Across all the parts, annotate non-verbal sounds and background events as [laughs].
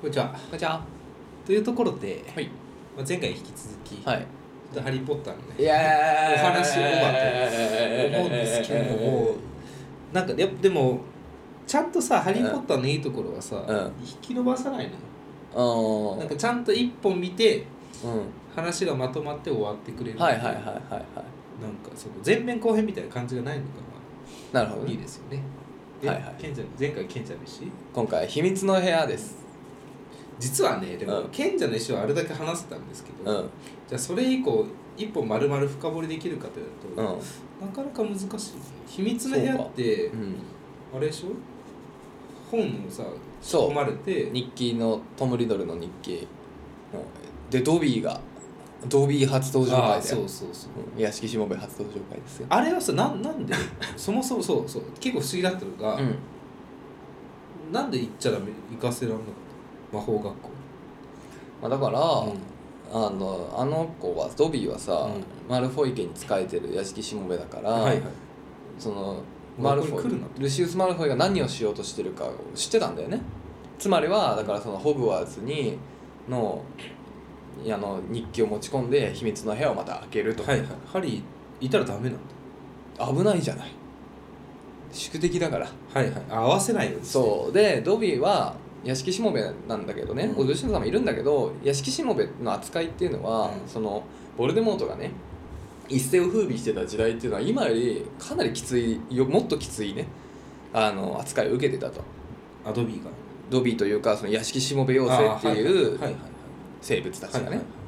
こんにちは。こんにちは。というところで、はい。まあ、前回引き続き、ちょはい。っとハリー・ポッターのいね、やお話をだ思うんですけれども、なんかででも、ちゃんとさ、ハリー・ポッターのいいところはさ、うん引き伸ばさないのよ。もなんうかちゃんと一本見て、ん。うん。話がまとまって終わってくれる。はいはいはいはいなんかはその前面後編みたいな感じがないのがい。なるほどいいね。ですよね。はいはいケンちゃん前回賢者の石今回秘密の部屋です。実はねでも、うん賢者の石はあれだけ話せたんですけど、うん。うん。じゃあそれ以降一本丸々深掘りできるかというと、うん。なかなか難しい秘密の部屋ってあれでしょ本をさ仕そう込まれて日記のトムリドルの日記。でドビーがドビー初登場あ会あだそよう。そうそううん屋敷しもべ初登場会ですよ。あれはさなんなん [laughs] でそもそもそうそう結構不思議だったのが、うん。なんで行っちゃダメ行かせらんなかった魔法学校まあだから。うんあのあの子はドビーはさ、うんマルフォイ家に仕えてる屋敷しもべだから、はいはいそのもうマルここにフォ来るイなルシウス・マルフォイが何をしようとしてるかを知ってたんだよねつまりはだからそのホグワーツにのいやあの日記を持ち込んで秘密の部屋をまた開けると、はいはいハリーいたらダメなんだ危ないじゃない宿敵だからはいはい合わせないようにしてそうでドビーは屋敷しもべなんだけどね、うんお吉野さんもいるんだけど屋敷しもべの扱いっていうのは、うんそのボルデモートがね一世を風靡してた時代っていうのは今よりかなりきついよもっときついねあの扱いを受けてたとアドビーがドビーというかその屋敷しもべ妖精っていうああはいはい生物たちはがいね、はいはいはい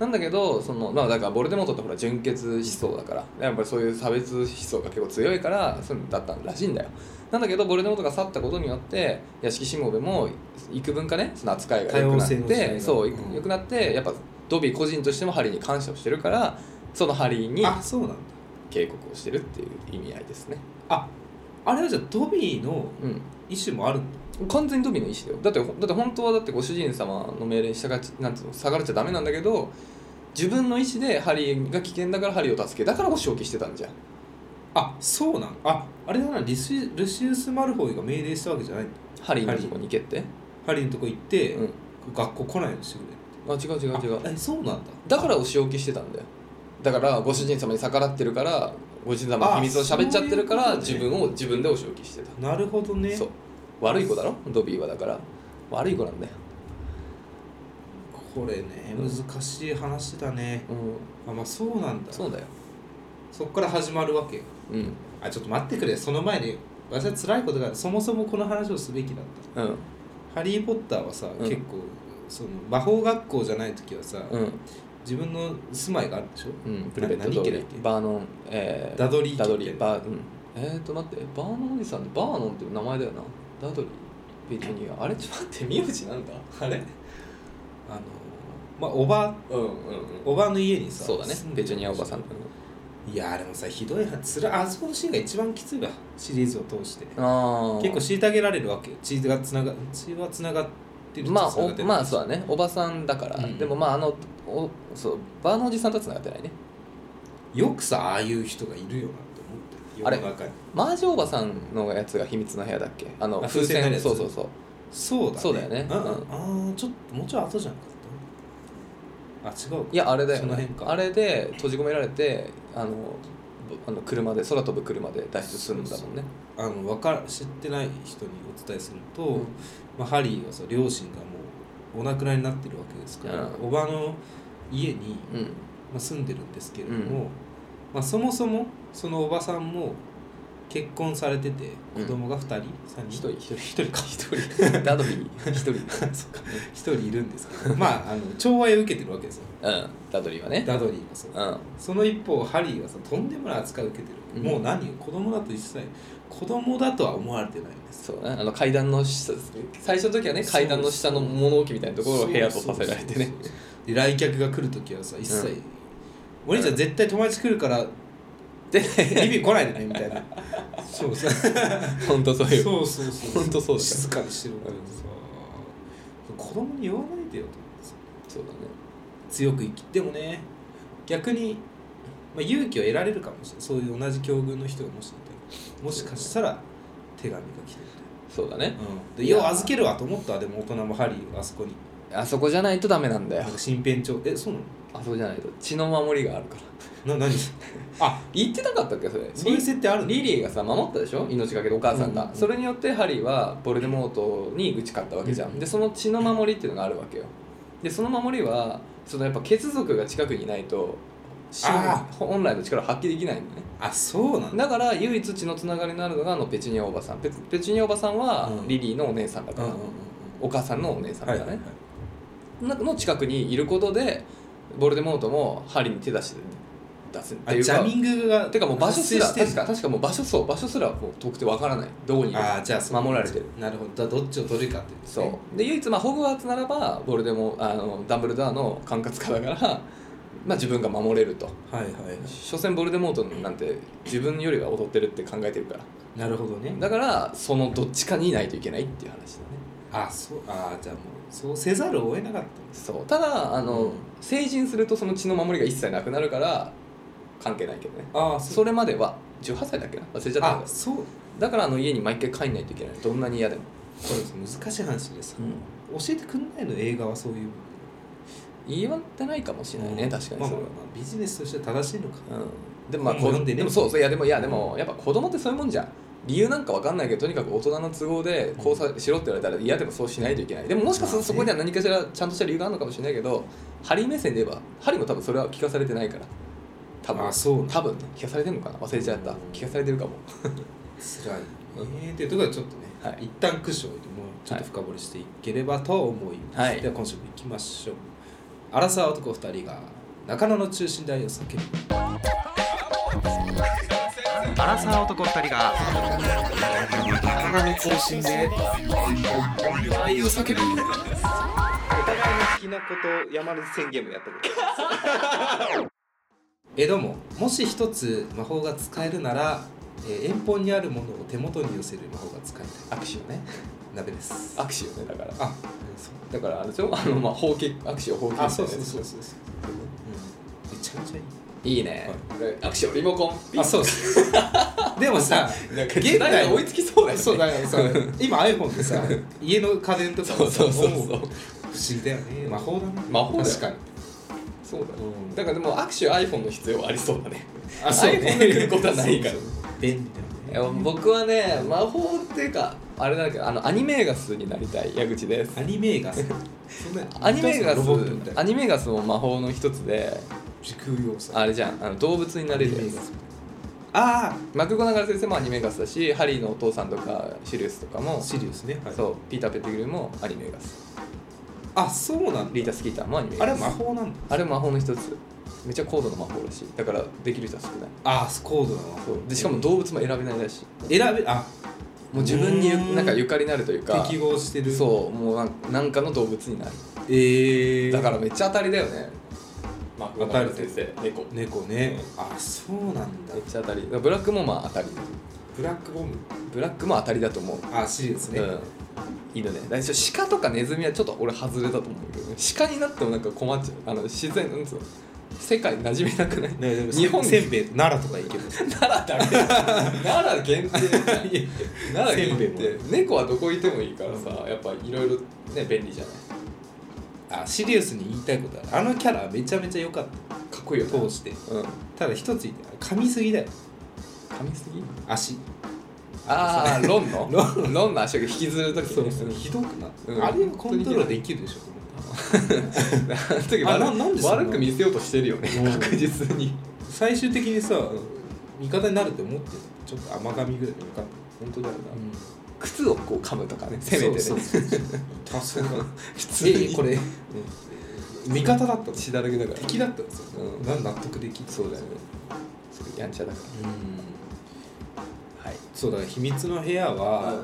なんだけどその、まあ、だからボルデモートってほら純血思想だからやっぱりそういう差別思想が結構強いからそういうのだったらしいんだよなんだけどボルデモートが去ったことによって屋敷しもべも幾分かねその扱いが良くなっ多様性の時代てがそううん良くなってやっぱドビー個人としてもハリーに感謝をしてるからそのハリーにあそうなんだ警告をしてるっていう意味合いですねああれはじゃあドビーのうん意思もあるんだ完全にドビーの意思だよだってだって本当はだってご主人様の命令に従っちなんつうの下がれちゃダメなんだけど自分の意思でハリーが危険だからハリーを助けだからお仕置きしてたんじゃんあそうなのああれだなリシルシウス・マルフォイが命令したわけじゃないんだハリーのとこに行けって、ハリーのとこ行って、うん、学校来ないようにしてくあ違う違れう違うあえそうなんだだからお仕置きしてたんだよだからご主人様に逆らってるからご主人様の秘密を喋っちゃってるかあらそうい自うことね分を自分でお仕置きしてた、なるほどねそう悪い子だろドビーはだから悪い子なんだよ、これね難しい話だねうん、あまあそうなんだそそうだよっから始まるわけようんあちょっと待ってくれその前に私は辛いことがあるそもそもこの話をすべきだったうんハリー・ポッターはさ、ん結構その魔法学校じゃない時はさ、うん自分の住まいがあるでしょうん、プリペット何ド家リだっーけバーノン、えー、ダドリー家ダドみリーたいバーうんえー、っと待ってバーノンおじさんってバーノンっていう名前だよなダドリーペチュニアあれちょっと待って名字なんだあれあのまあおばうんうんうんおばの家にさそうだね住んでペるチュニアおばさんいやーでもさひどいはつらあそこのシーンが一番きついわシリーズを通してああ結構虐げられるわけよ血がつなが血はつながってるまあ血は繋がっておるまあそうだねおばさんだから、うんでもまああのおそうバーノンおじさんとはつながってないねよくさああいう人がいるよなって思あってれ世の中にマージおばさんのやつが秘密の部屋だっけあのあ風風船の船やつそうそうそうそうだねそうだよねうん、うんああちょっともうちょい後じゃんかったあ違うかいやあれだよ、そのね辺、かあれで閉じ込められてあのぶあの車で空飛ぶ車で脱出するんだもんねあのわか知ってない人にお伝えすると、うんまあ、ハリーはさ両親がもうお亡くなりになってるわけですから、うんおばの家に、うんまあ、住んでるんですけれども、うんまあ、そもそもそのおばさんも結婚されててう子ん供が2人、3一人人一人一人か一人 [laughs] ダドビー一人 [laughs] そうか1人いるんですけど [laughs] まああの寵愛を受けてるわけですようんダドリーはねダドリーがそううんその一方ハリーはさとんでもない扱いを受けてる、うんもう何よ子供だと一切子供だとは思われてないんですそうねあの階段の下最初の時はねそう階段の下の物置みたいなところを部屋とさせられそてねうそうそうそうで来客が来る時はさ一切、うんお兄ちゃん絶対友達来るからでリビング来ないでねみたいなそうそうそう本当そういうそうそうそうほんとそうだから静かにしてるからさ、子供に言わないでよと思ってさそうだね強く生きてもね逆に、まあ、勇気を得られるかもしれないそういう同じ境遇の人がもしいたらもしかしたら手紙が来てるそうだねうん、でよう預けるわと思ったでも大人もハリーあそこにあそこじゃないとダメなんだよなんか身辺帳えそうなのあそこじゃないと血の守りがあるからな何あ言ってなかったっけそれそういう設定あるのリリーがさ守ったでしょ命がけでお母さんが、うんそれによってハリーはボルデモートに打ち勝ったわけじゃん、うんでその血の守りっていうのがあるわけよでその守りはそのやっぱ血族が近くにいないと真あ本来の力を発揮できないんだねあそうなんだだから唯一血のつながりのあるのがあのペチュニアおばさんペペチュニアおばさんはうんリリーのお姉さんだから、お母さんのお姉さんだはかいらはね、いなんかの近くにいることでボルデモートも針に手出して出すってあいうジかャミングがてかもう場所すら発生し確てかんだ確かもう場所そう場所すらもう遠くてわからないどこにいるああじゃあそう守られてるなるほどだからどっちを取るかっていねそうで唯一まあホグワーツならばボルデモあのダンブルドアの管轄下だから、まあ、自分が守れるとはいはいはい所詮ボルデモートなんて自分よりは劣ってるって考えてるからなるほどねだからそのどっちかにいないといけないっていう話だねあそうあじゃあもうそうせざるを得なかったそうただあの、うん成人するとその血の守りが一切なくなるから関係ないけどねああそれれまでは18歳だっけな忘れちゃったあけどそうこだからあの家に毎回帰んないといけないどんなに嫌でも、れ難しい話でさ、教えてくんないの映画はそういう言い訳ってないかもしれないね、確かにまあそまうあまあビジネスとして正しいのかうん、でもまあ本も読んでねでもそうそういやでもいやでもやっぱ子供ってそういうもんじゃん理由なんかわかんないけどとにかく大人の都合でこうさしろって言われたら嫌でもそうしないといけないでももしかするとそこには何かしらちゃんとした理由があるのかもしれないけどハリー目線で言えばハリーも多分それは聞かされてないから多分あそうなんだ多分ね聞かされてるのかな忘れちゃったうん聞かされてるかも辛いねっていうところでちょっとね、はい一旦クッションを置いてもうちょっと深掘りしていければと思います、はいでは今週もいきましょう荒沢男2人が中野の中心大を叫ぶアラサー男2人が中野の中心で愛を叫ぶお互いの好きなことを山根宣言もやったことえどうももし一つ魔法が使えるなら、えー遠方にあるものを手元に寄せる魔法が使いた握手をねい鍋です握手をねだからあそうだからあれでしょあのまあ包茎握手を包茎みたいなやつそうそう、うん、めちゃめちゃいいいいね、アクションリモコンあそうですでもさなん現か現代代追いつき [laughs] そうだよねそうだからさ今 iPhone で [laughs] さ家の家電とかそうもさそうそうもそうう不思議だよね魔法だね魔法だよ確かにそうだようんだからでも握手 iPhone の必要はありそうだねあそう iPhone で来ることはないからそうそう便利だよね僕はね魔法っていうかあれだけどあのアニメーガスになりたい矢口ですアニメーガスそんな [laughs] アニメーガスロボットみたいなアニメーガスも魔法の一つで時空要塞あれじゃんあの動物になれるやつあマクゴナガル先生もアニメーガスだしハリーのお父さんとかシリウスとかあも、シリウスねはいそうピーター・ペティグルーもアニメーガスあそうなんだリータ・スキーターもアニメーあれガはス魔法なんだあれ魔法の一つめっちゃ高度な魔法らしいだからできる人は少ないああ高度な魔そう法でしかも動物も選べないらしい選べあもう自分にゆうんなんかゆかりになるというか適合してるうそうもうなんなんかの動物になるええだからめっちゃ当たりだよねまあ当たり先生猫めっ猫ねあそうなんだちゃ当たりだからブラックもまあ当たりブラックボムブラックも当たりだと思う、あシリウスねうん犬ねだから一応鹿とかネズミはちょっと俺外れだと思うけど、ね、鹿になってもなんか困っちゃうあの自然なんつうの世界に馴染めなくないね、でも日本せんべい奈良とか行ける奈良だけ奈良 [laughs] 限定じゃん奈良限せんべい定猫はどこいてもいいからさやっぱいろいろね便利じゃないあシリウスに言いたいことあるあのキャラめちゃめちゃ良かったかっこいいよ通ねしてうんただ一つ言いたい噛みすぎだよ噛みすぎ足ああロンのロロンの足を引きずるときそうそうねひどくなって、うんあれをコントロールできるでしょと思ったあの時あななんで悪そんな悪く見せようとしてるよねうん確実に最終的にさ、味方になるって思ってたちょっと甘噛みぐらいでよかった、本当だよなうん、靴をこう噛むとかねせめてねそうそうそう多数 [laughs] が普え通えにこれ味方だったの血だらけだから敵だったんですよ、うんなん納得できるそうだよねやんちゃだかうんらはいそうだから秘密の部屋は、うん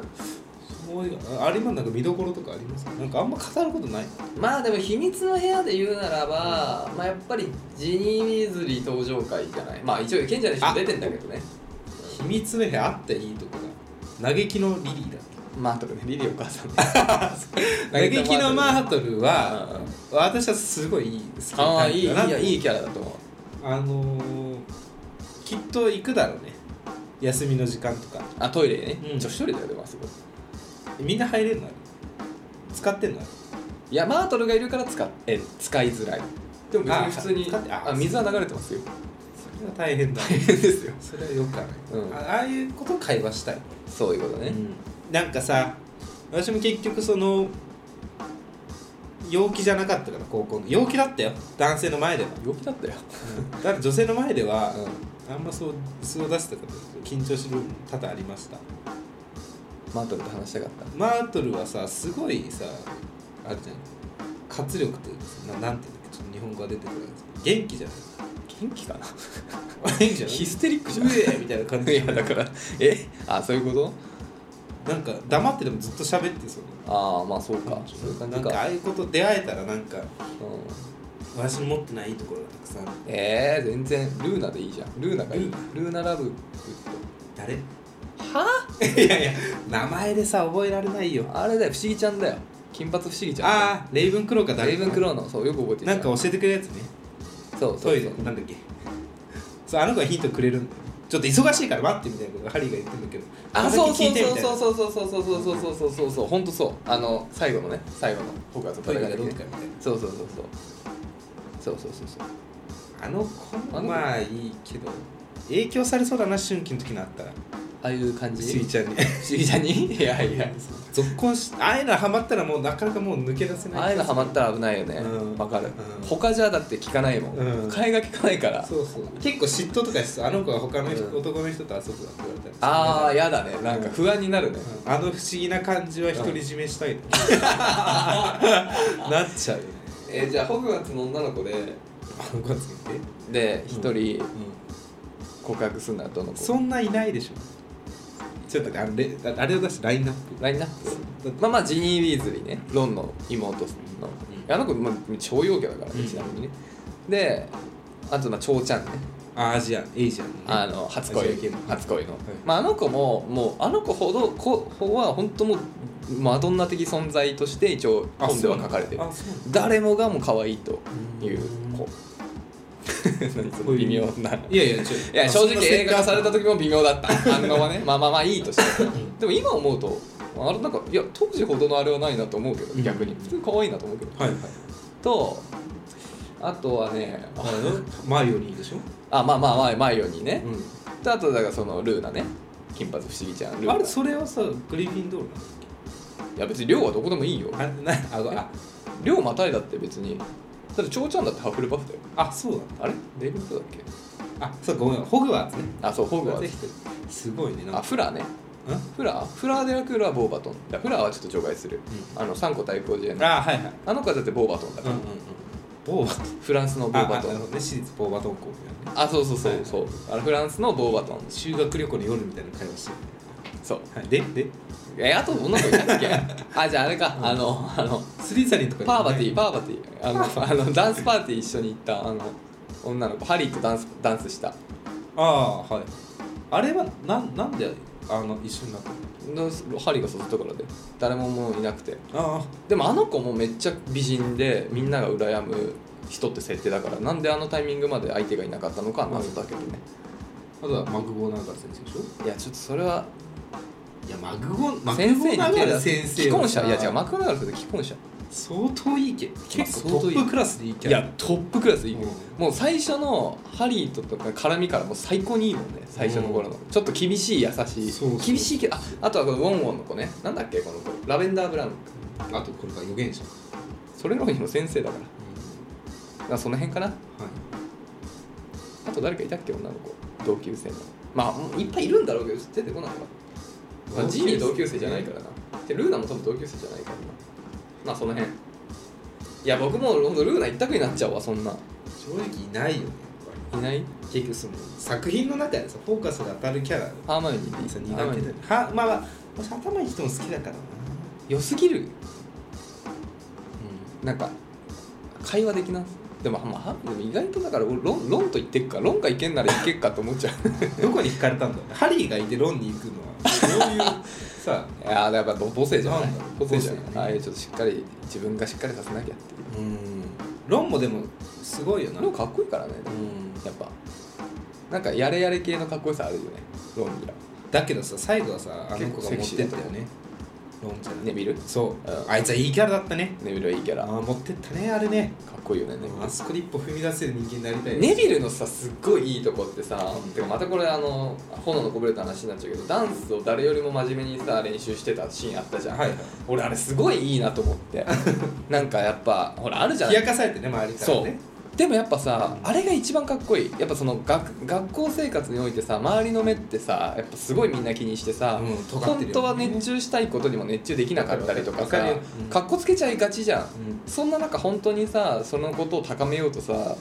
そういうあれ今なんか見どころとかありますかなんかあんま語ることないまあでも秘密の部屋で言うならば、まあ、やっぱりジニー・ウィズリー登場会じゃないまあ一応賢者の人出てんだけどね秘密の部屋あったいいとこが嘆きのリリーだっマートルねリリーお母 [laughs] さんねけ嘆きのマーー [laughs] トルは、私はすごい好きああいいいなタイプだなやいいキャラだと思うあのーきっと行くだろうね休みの時間とかあトイレね、うん女子トイレだよでもあそこみんな入れるのあれ使ってんのあれいやマートルがいるから使っえ使いづらいでも別あに普通に使ってああ水は流れてますよそれは大変だ大変ですよそれはよくある、うんあああいうことを会話したい、そういうことね、なんかさ私も結局その陽気じゃなかったから高校の陽気だったよ男性の前では陽気だったよ、だって女性の前では、うんあんまそう素を出したから緊張する多々ありましたマートルと話したかったマートルはさすごいさあるじゃん活力というかさななんていうんだっけちょっと日本語が出てくるんですけど元気じゃない元気かな元気じゃないヒステリックじゃんうえみたいな感じいやだからえあそういうことなんか黙ってでもずっと喋ってそうああまあそうかそういう感なじんかあか、あいうこと出会えたらなんかうん、私の持ってないいいところがたくさんあるえー、全然ルーナでいいじゃんルーナがいいルーナラブグッ誰ドはあいやいや名前でさ覚えられないよあれだよ不思議ちゃんだよ金髪不思議ちゃんああレイブンクローかだよ誰レイかブンクローのそうよく覚えてるなんか教えてくれるやつねそうそトうイそレうなんだっけそうあの子がヒントくれるんだよちょっと忙しいから待ってみたいなことハリーが言ってんだけどあそうそう聞いてみたいなそうそうそうそうそうそうそうそうそうそうそう本当そうあの最後のね最後の僕はトイレがそどううとかみたいそうそうそうそうそうそうそうなあの子あもの子まあいいけど影響されそうだな思春期の時のあったらああいう感じスイちゃんに不思議ちゃんにいやいや続行しああいうのハマったらもうなかなかもう抜け出せないああいうのハマったら危ないよねうんわかるうん他じゃだって聞かないもんうん替えが聞かないからそうそう結構嫉妬とかしそうあの子は他の人、うん男の人と遊ぶなって言われたりああや、やだねなんか不安になるねうんあの不思議な感じは独り占めした [laughs] い、なっちゃうよねえーじゃあホグワーツの女の子であの子つけて、で一人告白するならどの子そんないないでしょちょっとねあのレあれを出してラインナップラインナッそうプまあまあジニー・ウィーズリーねロンの妹うの、んあの子、まあ、超陽キャだからね、うんちなみにねであとまあチョウちゃんねあアジアンエイジアンのねあの初恋アジア系の初恋の、まあ、あの子ももうあの子ほどこ子は本当もうマドンナ的存在として一応あ本では書かれてるそうなんだあそうなんだ誰もがもう可愛いという子 [laughs] 何その微妙ないやいやちょいや正直映画化されたと時も微妙だった反応は [laughs] ねまあまあまあいいとしてでも今思うとあれなんかいや当時ほどのあれはないなと思うけうどん逆に普通に可愛いなと思うけどはいはいとあとはねあのマリオにいいでしょ、あまあまあまあマイオにねであとだからそのルーナね金髪不思議ちゃんルーナあれそれはさグリフィンドールいや別に寮はどこでもいいよなのあなあ寮またいだって別にだって蝶ちゃんだってハフルパフだよああそうだあれレイブンクローだっけあそうごめんホグワーツねあそうホグワーツツすごいねなんあかフラーねんフラーフラーデラクールはボーバトンだフラーはちょっと除外するあの3個対抗試合のあはいはいあの子はだってボーバトンだから、ボーバトンフランスのボーバトああなるンほどね私立ボーバトン校みたいなねあそうそうそうはいそう、あのフランスのボーバトン修学旅行の夜みたいな会話してるそうはいででえあと女の子いた [laughs] っけあじゃああれか、あのあのスリザリンとかパーバティーパーバティーあのあのダンスパーティー一緒に行ったあの女の子ハリーとダンスダンスしたああはいあれはなんなんであの一緒になったののハリーが誘ったからで誰ももういなくてあでもあの子もめっちゃ美人でみんなが羨む人って設定だからなんであのタイミングまで相手がいなかったのか謎だけどね、ああとはマグゴーナーガー先生でしょいやちょっとそれはいやマグゴマグ先ゴ生ーにナーガ手ー出す先生既婚者はいや違うマクドナルドで既婚者相当いいけ結構トップクラスでいいけいやトップクラスいいよ、うもう最初のハリーととか絡みからもう最高にいいもんね最初の頃の、ちょっと厳しい優しいそうそう厳しいけどああとはこのウォンウォンの子ねなんだっけこの子ラベンダーブラウンあとこれが予言者それのにも先生だからだからその辺かなはいあと誰かいたっけ女の子同級生のまあもういっぱいいるんだろうけど出てこないわ、まあ、ジニー同級生じゃないからなでルーナも多分同級生じゃないからなまあその辺いや僕もほんとルーナ一択になっちゃうわそんな正直いないよねやっぱりいない結局その作品の中でさフォーカスが当たるキャラハーマイオニーでいいささ苦手だよねはまあまあ私頭いい人も好きだからな良すぎるうなんか会話できなでもまあハーマイオニー意外とだから俺ロンロンと言ってっかロンがいけんならいけっかと思っ [laughs] ちゃうんどこに惹かれたんだろうねハリーがいてロンに行くのは [laughs] どういうさいやーやっぱ母性じゃないなんだろう母性じゃない、母性ねああいうちょっとしっかり自分がしっかりさせなきゃっていううんロンもでもすごいよなロンかっこいいからねうんやっぱなんかやれやれ系のかっこよさあるよねロンギラだけどさ最後はさあの子が持ってったよねロンじゃないネビルそう、うんあいつはいいキャラだったねネビルはいいキャあラかあ持ってったねあれねっこいいよねネビルあそこで一歩踏み出せる人間になりたいネビルのさすっごいいいとこってさてかまたこれあの炎のこぼれた話になっちゃうけどダンスを誰よりも真面目にさ練習してたシーンあったじゃん、はいはい俺あれすごいいいなと思って [laughs] なんかやっぱほらあるじゃん冷やかされてね周りからそうねでもやっぱさうんあれが一番かっこいいやっぱその学学校生活においてさ周りの目ってさやっぱすごいみんな気にしてさ、うん尖ってるよね本当は熱中したいことにも熱中できなかったりとかさわかるようんかっこつけちゃいがちじゃんうんそんな中本当にさそのことを高めようとさ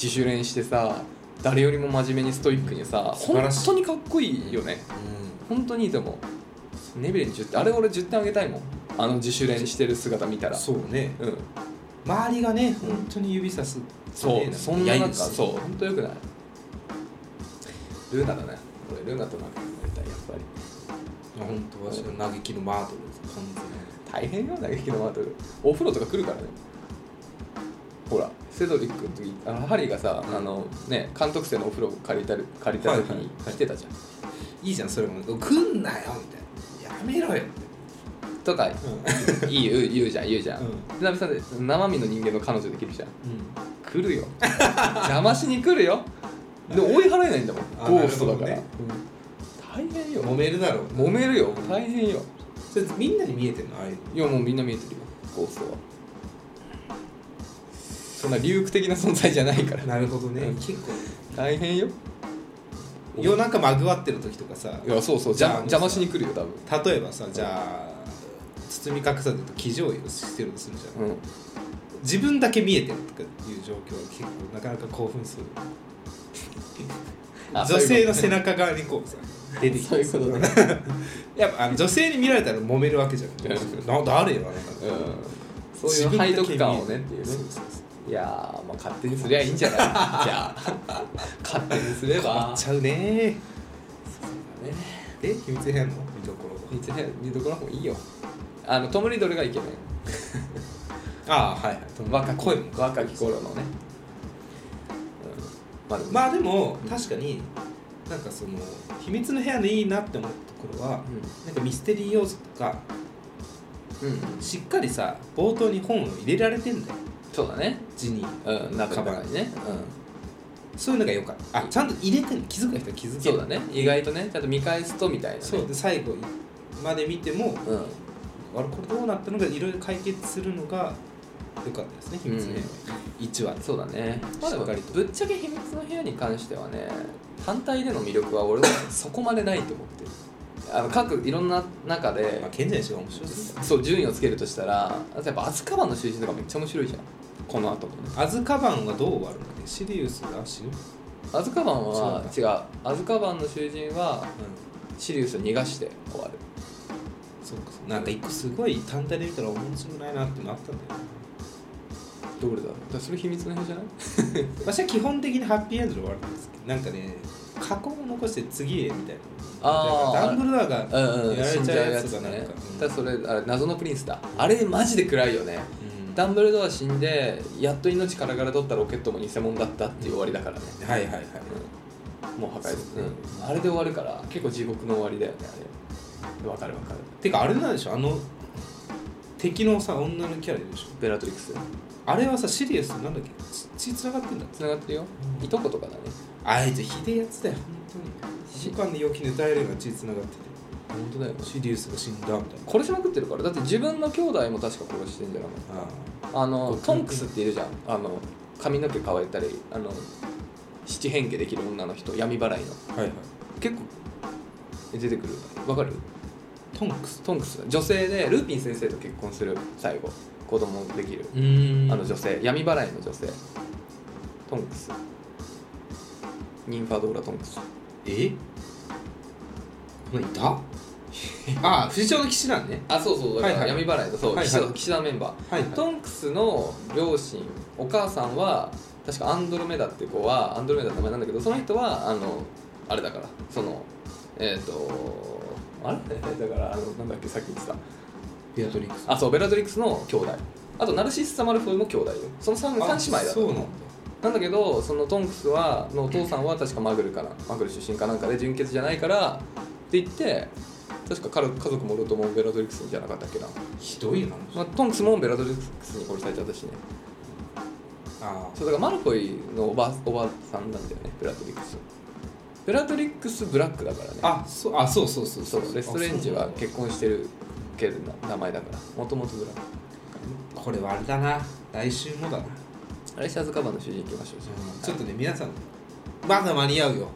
自主練してさ誰よりも真面目にストイックにさ素晴本らしい当にかっこいいよね本当にいいと思うネビルに10点あれ俺10点あげたいもんあの自主練してる姿見たうんらそうねうん周りがね本当に指さすそうそんな中そうう本当よくないルーナだね俺ルーナと仲良くなりたいやっぱり本当わしの嘆きのマートルです完全に大変よ嘆きのマートルお風呂とか来るからねほらセドリックの時あのハリーがさ、うんあのね監督生のお風呂借りたり借りた時に来てたじゃん、いいじゃんそれも来んなよみたいなやめろよとか、い [laughs] い言う言うじゃん言うじゃん、うんでナミさんで生身の人間の彼女できるじゃんうん来るよ邪魔しに来るよで追い払えない [laughs] んだもんゴーストだから、大変よ揉めるだろう揉めるよ大変よそれみんなに見えてるのああいうのいやもうみんな見えてるよゴーストはそんな流域的な存在じゃないからなるほどね、うん結構大変よ夜中まぐわってる時とかさいやそうそうじじゃあゃ邪魔しに来るよ多分例えばさじゃあ包み隠さずと騎乗位をしてるとするじゃん、うん自分だけ見えてるとかいう状況は結構なかなか興奮するあ女性のそ背ういうこ中側にこうさ出てきてそういうことねさやっぱあの女性に見られたら揉めるわけじゃんうんな誰よあなとたねうんそういう背徳感をねっていうそうねそうそういやーまあ勝手にすりゃいいんじゃない [laughs] じゃあ勝手にすれば買っちゃうねねで秘密編の見どころ見て見どころもいいよあのトム・リドルがイケメああはいはいン若き声も若き頃のね、うん、まあでもまあでも確かになんかその秘密の部屋でいいなって思ったところはなんかミステリー要素とかうん、うん、しっかりさ冒頭に本を入れられてんだよそうだね字にうん中カバンにね、そういうのが良かったあちゃんと入れてんの気づく人は気うづん、けそうるだね意外とねちゃんと見返すとみたいな、ね、そうで最後まで見てもうんあれこれどうなったのかいろいろ解決するのが良かったですね秘密の部屋は一話そうだね、まあ、でもしっかりとぶっちゃけ秘密の部屋に関してはね単体での魅力は [laughs] 俺はそこまでないと思ってるあの各いろんな中でまあ賢者にしが面白いですねそう順位をつけるとしたらあとやっぱアズカバンの囚人とかめっちゃ面白いじゃんこの後もねアズカバンはどう終わるのかねシリウスが死ぬアズカバンはそ違うアズカバンの囚人はシリウスを逃がして終わるそうかそうなんか一個すごい単体で見たら面白くないなってのあったんだよねどれだろうだからそれ秘密の部屋じゃない私は基本的にハッピーエンドで終わるんですけどなんかね過去を残して次へみたいなあーダンブルドアがうんうんやられ死んちじゃゃううややつつがなだんねかだからそれあれ謎のプリンスだあれマジで暗いよねうんダンブルドア死んでやっと命からがら取ったロケットも偽物だったっていう終わりだからね、はいはいはいもう破壊そううん、あれで終わるから結構地獄の終わりだよねあれわかるわかるてかあれなんでしょあの敵のさ女のキャラいるでしょベラトリックスあれはさシリウスなんだっけ血つながってんだつながってるよいとことかだねあいつひでえやつだよ本当に時し間で陽気に歌えるような血つながってて本当だよシリウスが死んだみたいな殺しまくってるからだって自分の兄弟も確か殺してんじゃなかっあたあのトンクスっているじゃんあの髪の毛乾いたりあの七変化できる女の人闇払いのあはいはい結構え出てくるわかるトンクストンクス女性でルーピン先生と結婚する最後子供できるうーんあの女性闇払いの女性トンクスニンファドーラ・トンクスえこのいた [laughs] ああ不死鳥の騎士団ねあそうそうだからはいはい闇払いのそう、はいはい岸田岸田メンバー、はいトンクスの両親お母さんは確かアンドロメダって子はアンドロメダって名前なんだけどその人はあのあれだからそのえっ、とあれだからあのなんだっけさっき言ってたベアトリックスあそうベラトリックスの兄弟あとナルシスサ・マルフォイも兄弟よその 3, あ3姉妹だそうなんだなんだけどそのトンクスはのお父さんは確かマグルかなマグル出身かなんかで純血じゃないからって言って確か彼家族もロトもベラトリックスじゃなかったっけな、ひどいな、まあ、トンクスもベラトリックスに殺されちゃったしねあそうだからマルコイのおばおばさんなんだよねベラトリックスベラトリックス・ブラックだからねああそうあそうそうそうそうレストレンジは結婚してるけどな名前だからもともとブラック構これはあれだな来週もだなアレシアズカバンの主人行きましょうちょっとね皆さんまだ間に合うよ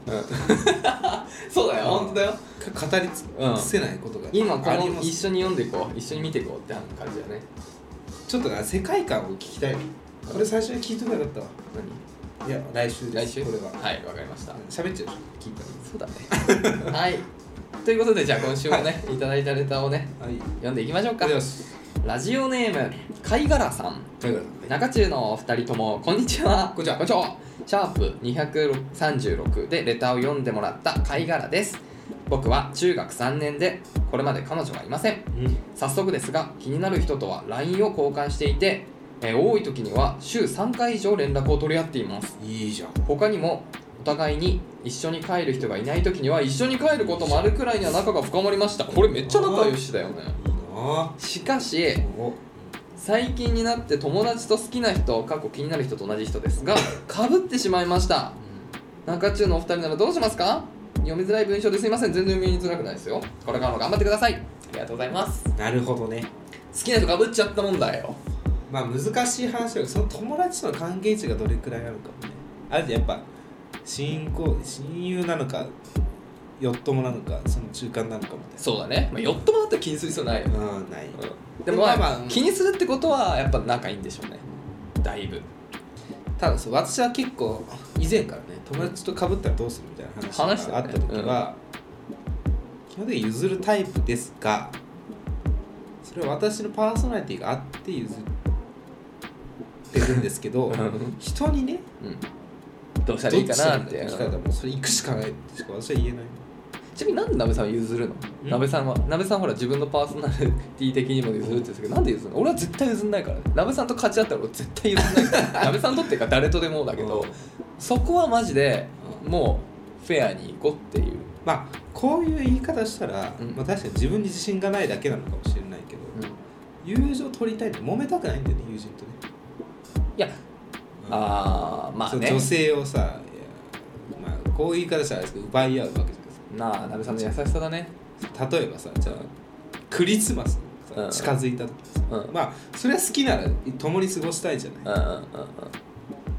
そうだよ本当だよか語り尽うんくせないことが今こありのます一緒に読んでいこう一緒に見ていこうって感じだねちょっとな世界観を聞きたいこれ最初に聞いとけばよかっ何たわいや来週で来す週これははいわかりました喋っちゃうでしょ聞いたそうだね [laughs] はいということでじゃあ今週もねいただいたレターをねらはい読んでいきましょうかありがとうございますラジオネーム貝殻さんはい中中のお二人ともこんにちはこんにちはこんにちはシャープ236でレターを読んでもらった貝殻です僕は中学3年でこれまで彼女がいません早速ですが気になる人とは LINE を交換していて、えー多い時には週3回以上連絡を取り合っていますうんいいじゃん他にもお互いに一緒に帰る人がいない時には一緒に帰ることもあるくらいには仲が深まりましたこれめっちゃ仲良しだよねいいなしかしお最近になって友達と好きな人過去気になる人と同じ人ですがかぶってしまいました中中のお二人ならどうしますか読みづらい文章ですいません全然読みづらくないですよこれからも頑張ってくださいありがとうございますなるほどね好きな人かぶっちゃったもんだよまあ難しい話だけどその友達との関係値がどれくらいあるかもねあるじゃんやっぱ親交親友なのかよっともなのかその中間なのかみたいそうだね、まあ、よっともだったら気にする必要ないよ、なうんないでも、まあまあまあ気にするってことはやっぱ仲いいんでしょうねだいぶただそう私は結構以前からね友達と被ったらどうするみたいな話し話てがあたねった時は、基本的に譲るタイプですがそれは私のパーソナリティがあって譲ってるんですけどうん人にねどうしたらいいかなってどっちに聞かれたらもうそれ行くしかないってしか私は言えないちなみになんで鍋さんは譲るの鍋さんは鍋さんほら自分のパーソナリティ的にも譲るって言うんですけどなんで譲るの俺は絶対譲んないからね鍋さんと勝ち合ったら俺絶対譲んないから [laughs] 鍋さんとっていうか誰とでもだけどうんそこはマジでもうフェアに行こうっていう、まあこういう言い方したら、うんまあ、確かに自分に自信がないだけなのかもしれないけど、友情取りたいって揉めたくないんだよね友人とね、いやうんあーまあそうね女性をさいや、まあ、こういう言い方したらあれですけど奪い合うわけじゃないですなあ鍋さんの優しさだねか例えばさじゃあクリスマスさうん近づいた時さ、うんうんうんまあそれは好きなら共に過ごしたいじゃない、うん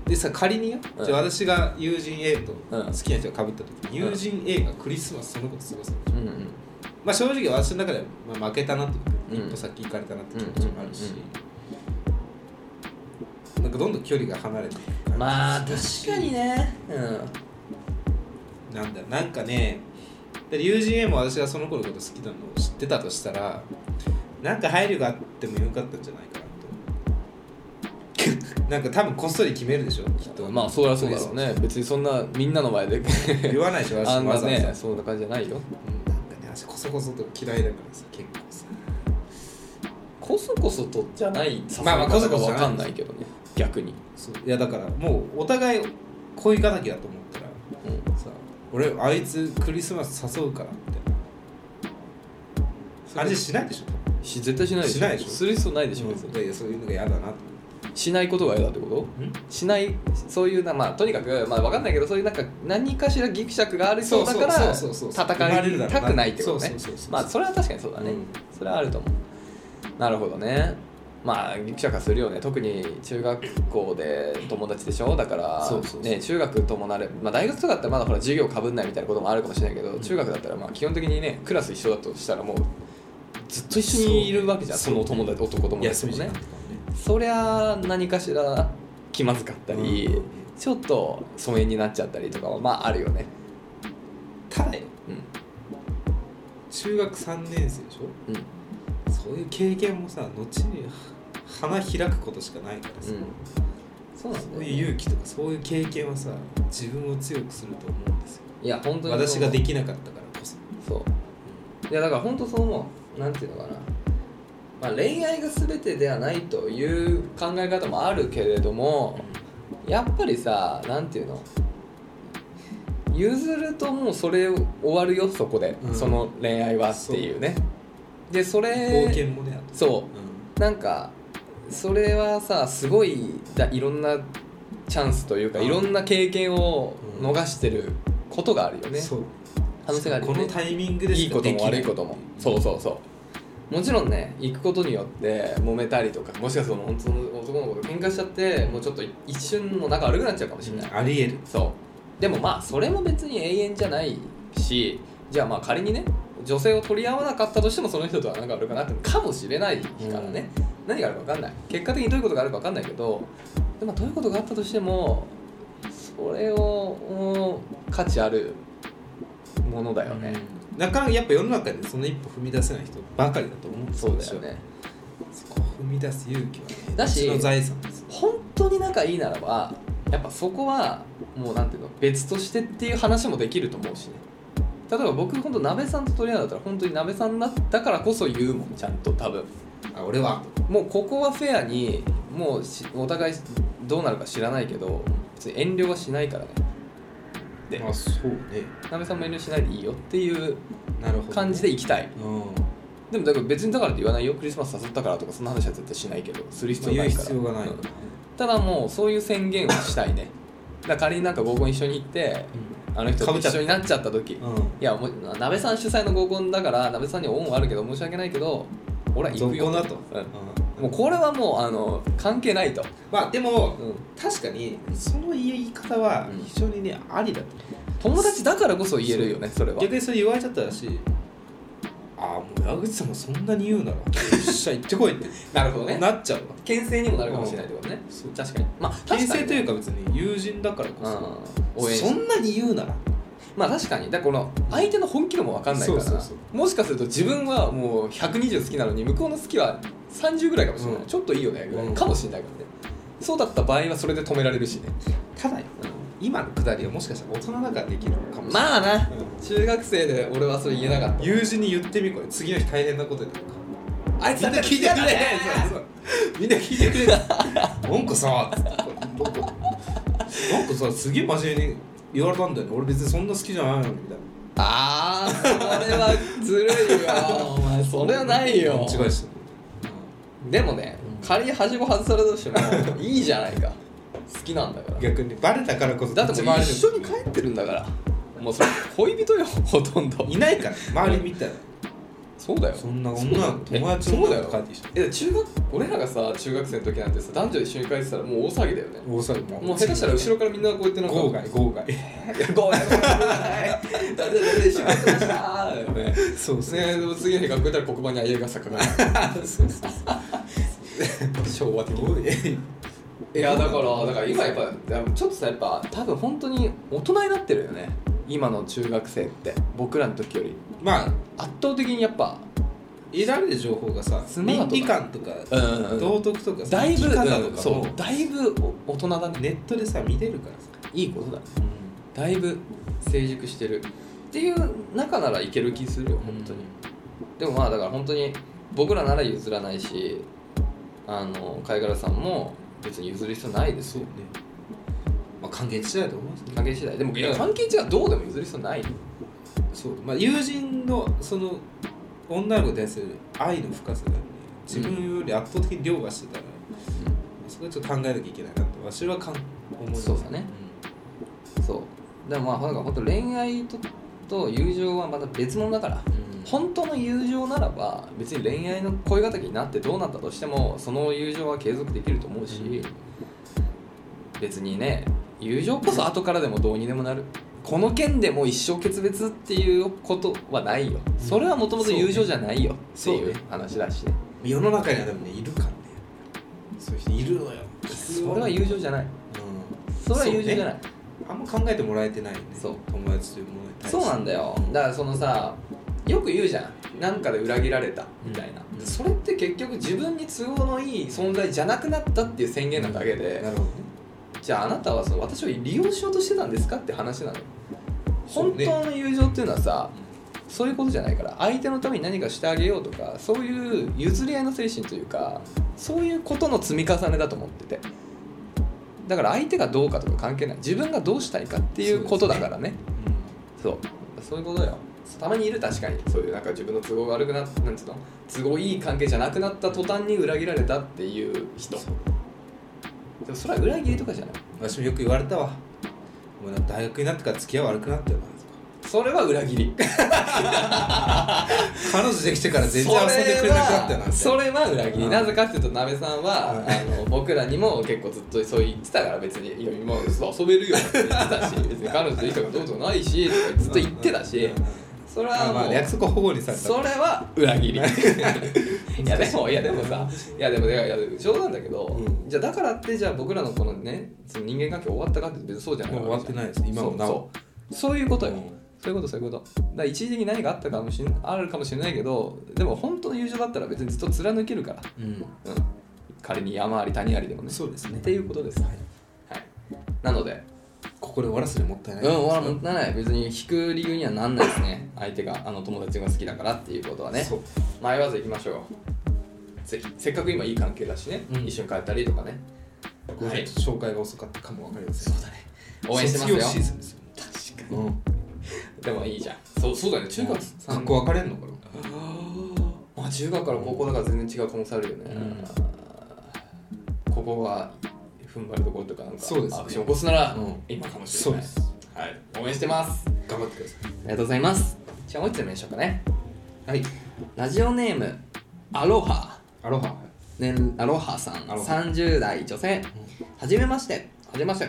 でさ仮によ、うんじゃあ私が友人 A とうん好きな人が被った時に、うん友人 A がクリスマスその子と過ごすうんうんうんまあ正直私の中では、まあ、負けたなというか、うん一歩先行かれたなって気持ちもあるし、なんかどんどん距離が離れていく感じまあ確かにねうんなんだなんかねで友人 A も私がその子のこと好きなのを知ってたとしたらなんか配慮があってもよかったんじゃないかなとなんか多分こっそり決めるでしょきっとまあそりゃそうだろうね別にそんなみんなの前 [laughs] で言わないでしょ私あんわなざわざ、ねそんな感じじゃないようんなんかね私こそこそと嫌いだからさ結構さこそこそとじゃないまあまあこそこそじゃわないかんないけどね逆に、そういやだからもうお互い恋敵だと思ったらさ俺あいつクリスマス誘うからみたいなあれしないでしょし絶対しないでしょしないでしょする必要ないでしょ、別いやにいやそういうのが嫌だなと思っしないことが嫌だってことてしないそういうなまあとにかくまあわかんないけどそういうなんか何かしらギクシャクがありそうだからそうそうそうそう戦そういたくないってことねそうそうそうそうまあそれは確かにそうだね、うんそれはあると思うなるほどねまあギクシャクはするよね特に中学校で友達でしょだからそうそうそうね、中学ともなれ、まあ、大学とかだったらまだほら授業かぶんないみたいなこともあるかもしれないけど、うん中学だったらまあ基本的にねクラス一緒だとしたらもうずっと一緒にいるわけじゃんそ,、そうの友達男友達休とみも時間ねとかもそりゃ何かしら気まずかったり、うんちょっと疎遠になっちゃったりとかはまああるよねただようん中学3年生でしょうんそういう経験もさ後に花開くことしかないからさ、うんそうなんそうだよねいう勇気とかそういう経験はさ自分を強くすると思うんですよいや本当に私ができなかったからこそそういやだから本当そう思うなんていうのかな、まあ、恋愛が全てではないという考え方もあるけれどもやっぱりさなんていうの譲るともうそれ終わるよそこで、うんその恋愛はっていうねでそ冒れ険もねあとそうんうなんかそれはさすごいだいろんなチャンスというかうんいろんな経験をうん逃してることがあるよねそう可能性があるよこねのタイミングでいしいかことできもな悪いこともそうそうそうもちろんね行くことによって揉めたりとかもしかすると本当の男の子と喧嘩しちゃってもうちょっと一瞬もう仲悪くなっちゃうかもしれない、ありえるそうでもまあそれも別に永遠じゃないしじゃあまあ仮にね女性を取り合わなかったとしてもその人とは仲悪くなってもかもしれないからね、何があるか分かんない結果的にどういうことがあるか分かんないけどでもどういうことがあったとしてもそれをもう価値あるものだよね、うんなかなかやっぱ世の中でその一歩踏み出せない人ばかりだと思うんですそうだよねそこを踏み出す勇気はねだし私の財産です本当に仲いいならばやっぱそこはもうなんていうの別としてっていう話もできると思うしね例えば僕本当鍋さんと取り合うんだったら本当に鍋さんだだからこそ言うもんちゃんと多分あ俺はもうここはフェアにもうしお互いどうなるか知らないけど別に遠慮はしないからねであそうね鍋さんも遠慮しないでいいよっていうなるほど感じで行きたいうんまでもだから別にだからって言わないよクリスマス誘ったからとかそんな話は絶対しないけどする必あ要な言ういから必要がないうんただもうそういう宣言をしたいねだから仮になんか合コン一緒に行ってあの人かとぶっちゃっ一た緒になっちゃった時いうんうんやもう鍋さん主催の合コンだから鍋さんには恩はあるけど申し訳ないけど俺は行くよ続行だとうんうんもうこれはもうあの関係ないと、まあでもうん確かにその言い方はうん非常にねありだと友達だからこそ言えるよねそれは逆にそれ言われちゃったらしいああもう矢口さんもそんなに言うならよっしゃ行ってこいってなるほど [laughs] ねなっちゃうわ牽制にもなるかもしれないってことねそう確かにまあ確かに牽制というか別に友人だからこそうん応援しそんなに言うならまあ確かにだからこの相手の本気度も分かんないからそうそうそうもしかすると自分はもう120好きなのに向こうの好きは30ぐらいかもしれない、うんちょっといいよねぐらい、うんかもしれないからねそうだった場合はそれで止められるしね、ただよ今のくだりはもしかしたら大人だからできるかもしれない、まあなう中学生で俺はそれ言えなかったん友人に言ってみこれ次の日大変なことになるからあいつみだんっなたら聞いてくれ [laughs] そうそうみんな聞いてくれなんかさつってなんかさすげえ真面目に言われたんだよね俺別にそんな好きじゃないのにみたいなああそれはずるいよお前それはないよ違いしたでもね仮にはしご外されたとしてもいいじゃないか好きなんだから逆にバレたからこそだってもう一緒に帰いってるんだからもう [laughs] それ恋人よほとんどいないから周り見たらそうだよそんなそう女だよの子友達のえそうだ女よと帰ってきたえ中学俺らがさ中学生の時なんてさ男女一緒に帰ってたらもう大騒ぎだよね大騒ぎもう下手したら後ろからみんなこうやってなんか号外号外いや [laughs] 豪華豪華だってだって一緒に帰ってましたーだよねそうですねねでも次の日学校行ったら黒板にあいうがさかがそうそうそう昭和的いやだからだから今やっぱちょっとさやっぱ多分本当に大人になってるよね今の中学生って僕らの時よりまあ圧倒的にやっぱ得られる情報がさスマートだ倫理観とかうんうんうん道徳とかさだい生ぶき方とうんかそもうだいぶお大人だねネットでさ見れるからさいいことだだいぶ成熟してるっていう中ならいける気するよ本当に、でもまあだから本当に僕らなら譲らないしあの貝殻さんも別に譲る必要ないですそうよねまあ還元しないと思いますね関係次第でもいやうん関係値はどうでも譲る必要ないよそうまあ友人のその女の子に対する愛の深さがね自分より圧倒的に凌駕してたら、そこはちょっと考えなきゃいけないなとわしはかん思いますそうだねそうでもまあなんか本当恋愛とと友情はまた別物だからうん本当の友情ならば別に恋愛の恋敵になってどうなったとしてもその友情は継続できると思うし、うん別にね友情こそ後からでもどうにでもなるこの件でもう一生決別っていうことはないよ、それはもともと友情じゃないよってそうねいう話だしね世の中にはでもねいるからねそういう人いるのよそれは友情じゃないそれは友情じゃないうん、あんま考えてもらえてないねそう友達というものに対してそうなんだよだからそのさよく言うじゃんなんかで裏切られたみたいな、うんそれって結局自分に都合のいい存在じゃなくなったっていう宣言なだけで、なるほどねじゃああなたはその私を利用しようとしてたんですかって話なのそ本うね当の友情っていうのはさそういうことじゃないから相手のために何かしてあげようとかそういう譲り合いの精神というかそういうことの積み重ねだと思っててだから相手がどうかとか関係ない自分がどうしたいかっていうことだからねうんそうそういうことよたまにいる確かにそういうなんか自分の都合が悪くなってなんつうの都合いい関係じゃなくなった途端に裏切られたっていう人でもそれは裏切りとかじゃない私もよく言われたわもうなんか大学になってから付き合い悪くなったよなそれは裏切り彼女できてから全然遊んでくれなくなったよなみたいなそれは裏切りうんなぜかっていうとなべさんはうんあの僕らにも結構ずっとそう言ってたから別に「いや今遊べるよ」って言ってたし別に彼女といいとかどうぞないしとかずっと言ってたしうんうんそれまはあまもあう約束を保護にされたそれは裏切りいやで [laughs] もいやでもさいやでもいやいや冗談だけど、うんじゃあだからってじゃあ僕らのこのねその人間関係終わったかって別にそうじゃないもう終わってないです今もなおそうそうそういうことよ、うんそういうことそういうことだから一時的に何かあったかもしれあるかもしれないけどでも本当の友情だったら別にずっと貫けるから、うんうん、仮に山あり谷ありでもねそうですねっていうことですはい、なのでここで終わらせるもったいないうん、俺はもったいない別に引く理由にはなんないですね相手があの友達が好きだからっていうことはねそう迷わず行きましょうぜひせっかく今いい関係だしね、うん一緒に帰ったりとかねごめんはいちょっと紹介が遅かったかもわかりませんそうだね応援してますよ卒業シーズンですよ確うんでもいいじゃんそうそうだよね中学さん学校分かれんのかなまあ中学から高校だから全然違う可能性あるよね、ここは踏ん張るところとかなんかそうですねアクション起こすなら、うん今かもしそれうなでいすはい応援してますあ頑張ってくださりがとうございますじゃあもう一つ見ましょうかねいはいラジオネームアロハアロハね、アロハさんアロハ30代女性はじめましてはじめまして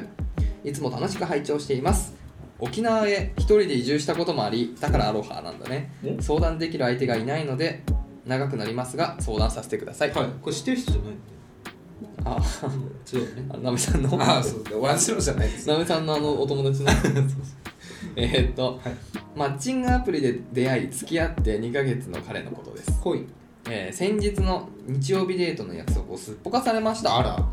いつも楽しく拝聴しています沖縄へ一人で移住したこともありだからアロハなんだねえ相談できる相手がいないので長くなりますが相談させてください、はいこれ知ってる人じゃないんあだよ違うよねあなべさんのああそうだワンシロじゃないですなべさんのあのお友達 [laughs] のえーっと、はいマッチングアプリで出会い付き合って2ヶ月の彼のことです恋えー先日の日曜日デートの約束をすっぽかされましたあら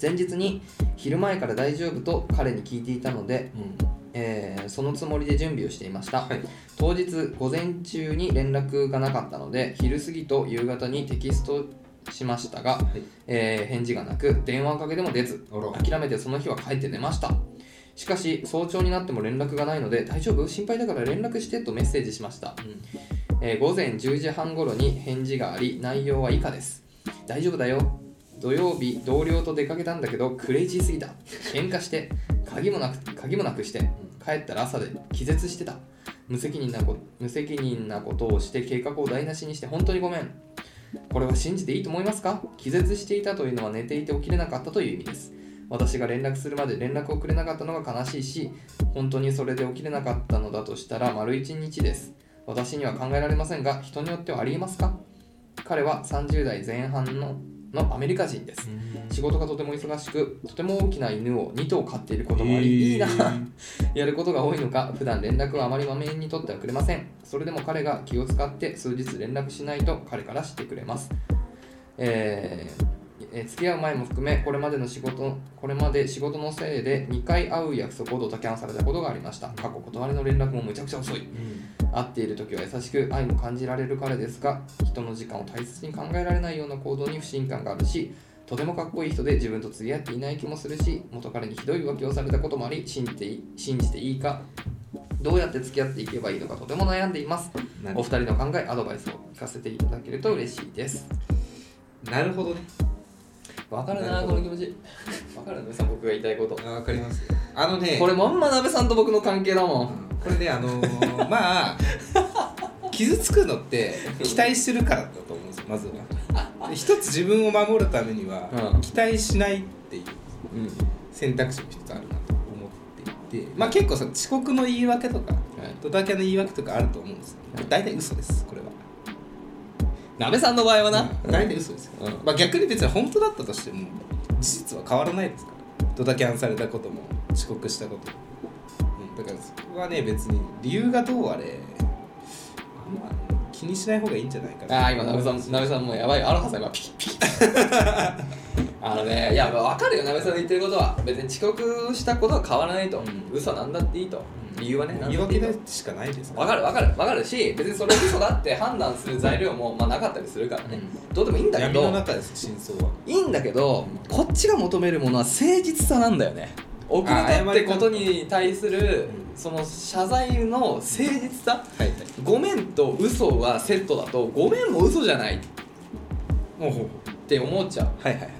前日に昼前から大丈夫と彼に聞いていたので、うんえーそのつもりで準備をしていました、はい当日午前中に連絡がなかったので昼過ぎと夕方にテキストしましたが、いえー返事がなく電話かけでも出ずあら諦めてその日は帰って寝ましたしかし早朝になっても連絡がないので大丈夫心配だから連絡してとメッセージしましたうんえー午前10時半頃に返事があり内容は以下です大丈夫だよ土曜日同僚と出かけたんだけどクレイジーすぎた喧嘩して鍵もなく鍵もなくして帰ったら朝で気絶してた無責任なこ無責任なことをして計画を台無しにして本当にごめんこれは信じていいと思いますか気絶していたというのは寝ていて起きれなかったという意味です私が連絡するまで連絡をくれなかったのが悲しいし本当にそれで起きれなかったのだとしたら丸一日です私には考えられませんが人によってはありえますか彼は30代前半ののアメリカ人です仕事がとても忙しくとても大きな犬を2頭飼っていることもあり、いいなやることが多いのか普段連絡はあまりまめに取ってはくれませんそれでも彼が気を使って数日連絡しないと彼からしてくれますえーえー付き合う前も含めこれまでの仕事これまで仕事のせいで2回会う約束をドタキャンされたことがありました過去断りの連絡もむちゃくちゃ遅い会っている時は優しく愛も感じられる彼ですが人の時間を大切に考えられないような行動に不信感があるしとてもかっこいい人で自分と釣り合っていない気もするし元彼にひどい浮気をされたこともあり信じていい信じていいかどうやって付き合っていけばいいのかとても悩んでいますなお二人の考えアドバイスを聞かせていただけると嬉しいですなるほどねわかるななるこほどの気持ちわかるなさん僕が言いたいことあわかりますよあのねこれまんま鍋さんと僕の関係だもんうんこれねあの [laughs] ーまあ傷つくのって期待してるからだと思うんですよまずはで一つ自分を守るためには、うん期待しないっていううん選択肢も一つあるなと思っていてまあ結構さ遅刻の言い訳とかはいドタキャンの言い訳とかあると思うんですはい大体嘘ですこれは鍋さんの場合はな、うん大体嘘ですよ、うんまあ、逆に別に本当だったとしても事実は変わらないですからドタキャンされたことも遅刻したことも、うん、だからそこはね別に理由がどうあれあんま気にしない方がいいんじゃないかなああ今なべさんなべさんもうやばいアロハさん今ピキピキ [laughs] あのねいや分かるよなべさんの言ってることは別に遅刻したことは変わらないと、うん嘘なんだっていいと、うん理由はね言い訳だでしかないです分かる分かる分かるし別にそれ嘘だって判断する材料もまあなかったりするからね、うどうでもいいんだけ闇のど中です真相はいいんだけどこっちが求めるものは誠実さなんだよね遅れたあっ謝てりたことに対するうその謝罪の誠実さはいごめんと嘘はセットだとごめんも嘘じゃないっおほて思っちゃうはいはいはい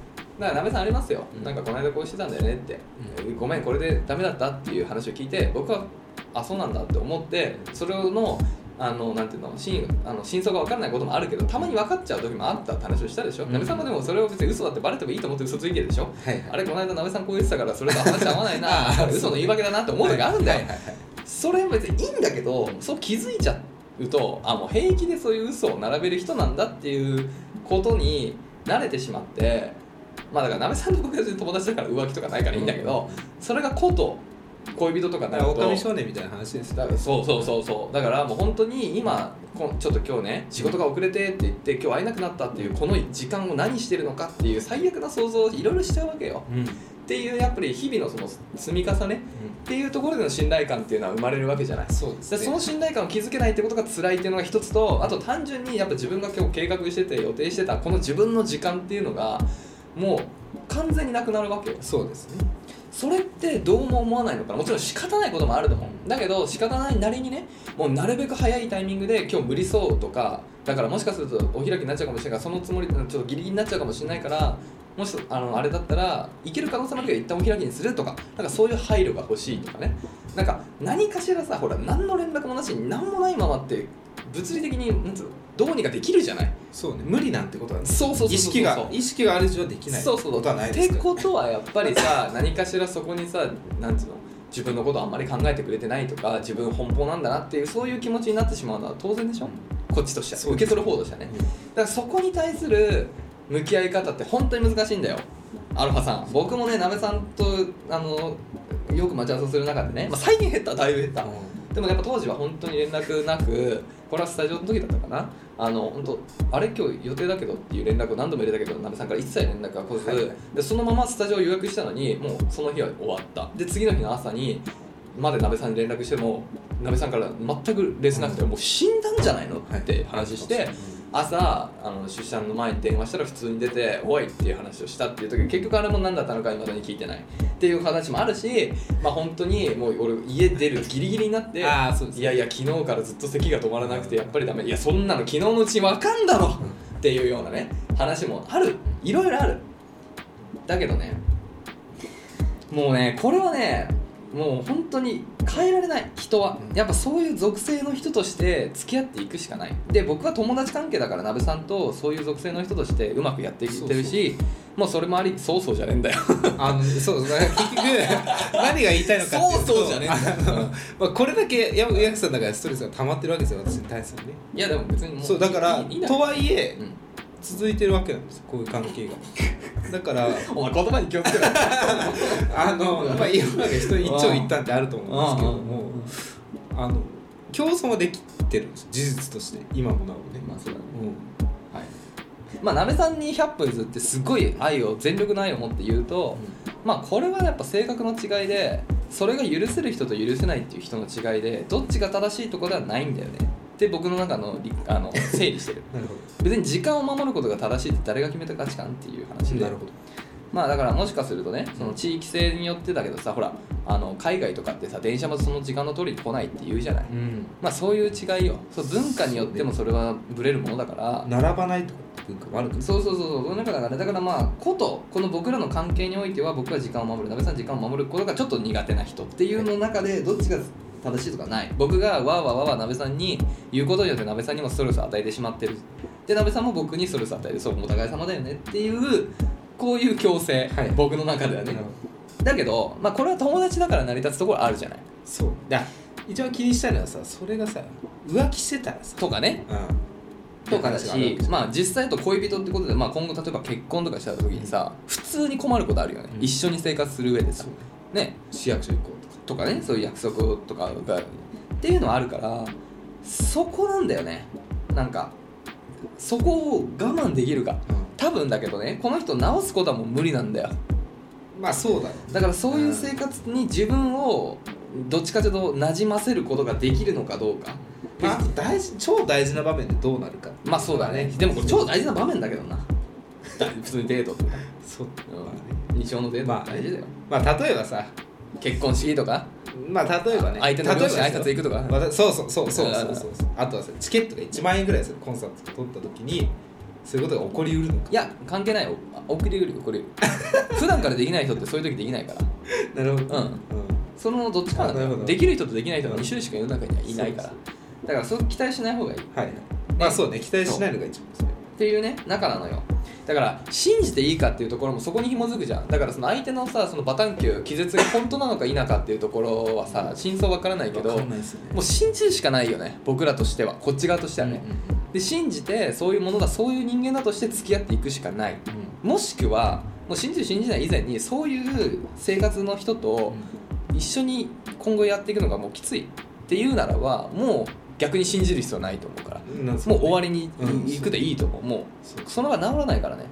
だからなべさんありますよ、うんなんかこの間こうしてたんだよねって、ごめんこれでダメだったっていう話を聞いて僕はあそうなんだって思ってそれのあのなんていうの真あの真相が分からないこともあるけどたまに分かっちゃう時もあったって話をしたでしょ、うんなべさんもでもそれを別に嘘だってバレてもいいと思って嘘ついてるでしょはいはいあれこの間なべさんこう言ってたからそれと話合わないあなー嘘の言い訳だなって思う時あるんだよ、はいはいはいそれは別にいいんだけどそう気づいちゃうとあもう平気でそういう嘘を並べる人なんだっていうことに慣れてしまってまあだからなべさんと僕は友達だから浮気とかないからいいんだけど、それがこと恋人とかにだかなるらと狼少年みたいな話ですだからそうそうそうそうだからもう本当に今こちょっと今日ね仕事が遅れてって言って今日会えなくなったっていうこの時間を何してるのかっていう最悪な想像をいろいろしちゃうわけようんっていうやっぱり日々のその積み重ねっていうところでの信頼感っていうのは生まれるわけじゃないそうですでねその信頼感を築けないってことが辛いっていうのが一つとあと単純にやっぱ自分が今日計画してて予定してたこの自分の時間っていうのがもう完全になくなるわけよそうですねそれってどうも思わないのかなもちろん仕方ないこともあると思うだけど仕方ないなりにねもうなるべく早いタイミングで今日無理そうとかだからもしかするとお開きになっちゃうかもしれないからそのつもりちょっとギリギリになっちゃうかもしれないからもしあのあれだったらいける可能性もあるけど一旦お開きにするとかなんかそういう配慮が欲しいとかねなんか何かしらさほら何の連絡もなしに何もないままって物理的になんつうのどうにかできるじゃないそうね無理なんてことはねそうそうそうそうそう意識が意識がある以上はできないそうそうことはないですっかてらことはやっぱりさ何かしらそこにさなんつうの自分のことあんまり考えてくれてないとか自分奔放なんだなっていうそういう気持ちになってしまうのは当然でしょ、こっちとしてそはう受でけす取る方としてはねうんだからそこに対する向き合い方って本当に難しいんだよアルファさん僕もねなべさんとあのよく待ち合わせする中でね、まあ、最近減っただいぶ減った、でもやっぱ当時は本当に連絡なくこれはスタジオの時だったかなあの本当あれ今日予定だけどっていう連絡を何度も入れたけどなべさんから一切連絡が来ず、はいはいでそのままスタジオを予約したのにもうその日は終わったで次の日の朝にまでなべさんに連絡してもなべさんから全くレスなくて、もう死んだんじゃないのって話して、朝あの出社の前に電話したら普通に出て「おい!」っていう話をしたっていう時結局あれも何だったのか未だに聞いてないっていう話もあるしまあ本当にもう俺家出るギリギリになってああそうですいやいや昨日からずっと咳が止まらなくてやっぱりダメいやそんなの昨日のうちに分かんだろっていうようなね話もあるいろいろあるだけどねもうねこれはねもう本当に変えられない人はうんやっぱそういう属性の人として付き合っていくしかないで僕は友達関係だからなべさんとそういう属性の人としてうまくやっていってるしもうそれもありそうそうじゃねえんだよあのそうだから結局何が言いたいのかっていうとそうそうじゃねえんだよあのまあこれだけヤヤクさんだからストレスが溜まってるわけですよ私に対するねいやでも別にもうそうだからいいいいなとはいえうん続いてるわけなんですよこういう関係がだからお前言葉に気をつけろあのまあ世の中人に一長一短ってあると思うんうんですけどもあの競争はできてるんですよ事実として今もなおね、まあそうだねうんはい、まあなべさんに100歩譲ってすごい愛を全力の愛を持って言うと、まあこれはやっぱ性格の違いでそれが許せる人と許せないっていう人の違いでどっちが正しいとこではないんだよねって僕の中の理 [laughs] あの整理してるなるほ別に時間を守ることが正しいって誰が決めた価値観っていう話どでなるほどまあだからもしかするとねその地域性によってだけどさほらあの海外とかってさ電車もその時間の通りに来ないって言うじゃない、うんまあそういう違いよそう文化によってもそれはブレるものだから並ばないとかって文化もあるからそうそうそうそうその中だからだからまあことこの僕らの関係においては僕は時間を守る鍋さん時間を守ることがちょっと苦手な人っていうの中でどっちが正しいとかない僕がわーわーわーわー鍋さんに言うことによって鍋さんにもストレスを与えてしまってるで鍋さんも僕にストレスを与えてそうお互い様だよねっていうこういう共生、はい僕の中ではねなるほどだけど、まあ、これは友達だから成り立つところあるじゃないそうだ一番気にしたいのはさそれがさ浮気してたらさとかねうんとかだって話があるわしけ、じゃんまあ、実際と恋人ってことで、まあ、今後例えば結婚とかした時にさ普通に困ることあるよね、うん一緒に生活する上でさそうねね市役所行こうとかとかねそういう約束とかがっていうのはあるからそこなんだよねなんかそこを我慢できるか多分だけどねこの人直すことはもう無理なんだよまあそうだろだからそういう生活に自分をどっちかというとなじませることができるのかどうかう、まあ、あと大事超大事な場面でどうなるかまあそうだねでもこれ超大事な場面だけどな普通にデートとか、そう、まあねうん、日常のデートまあ大事だよ、まあ例えばさ結婚式とかまあ例えばね相手の例えば両親挨拶行くとかまたそうそうそうそうそうそうあとはさチケットが1万円ぐらいするコンサート取った時にそういうことが起こりうるのかいや関係ないよ [laughs] あ送りうる送りうる普段からできない人ってそういう時できないからなるほどうんそのどっちかなんだあなよるほどできる人とできない人が2種類しか世の中にはいないからそうだからそう期待しない方がいいっはいはいまあそうね期待しないのが一番ですねていうね中なのよだから信じていいかっていうところもそこに紐づくじゃんだからその相手のさそのバタンキュー気絶が本当なのか否かっていうところはさ真相わからないけどわかもんないですよねう信じるしかないよね僕らとしてはこっち側としてはね、で信じてそういうものだそういう人間だとして付き合っていくしかないうんうんもしくはもう信じる信じない以前にそういう生活の人と一緒に今後やっていくのがもうきついっていうならばもう逆に信じる必要はないと思うからうんなんもう終わりにうん行くでいいと思うもそううその場が治らないからね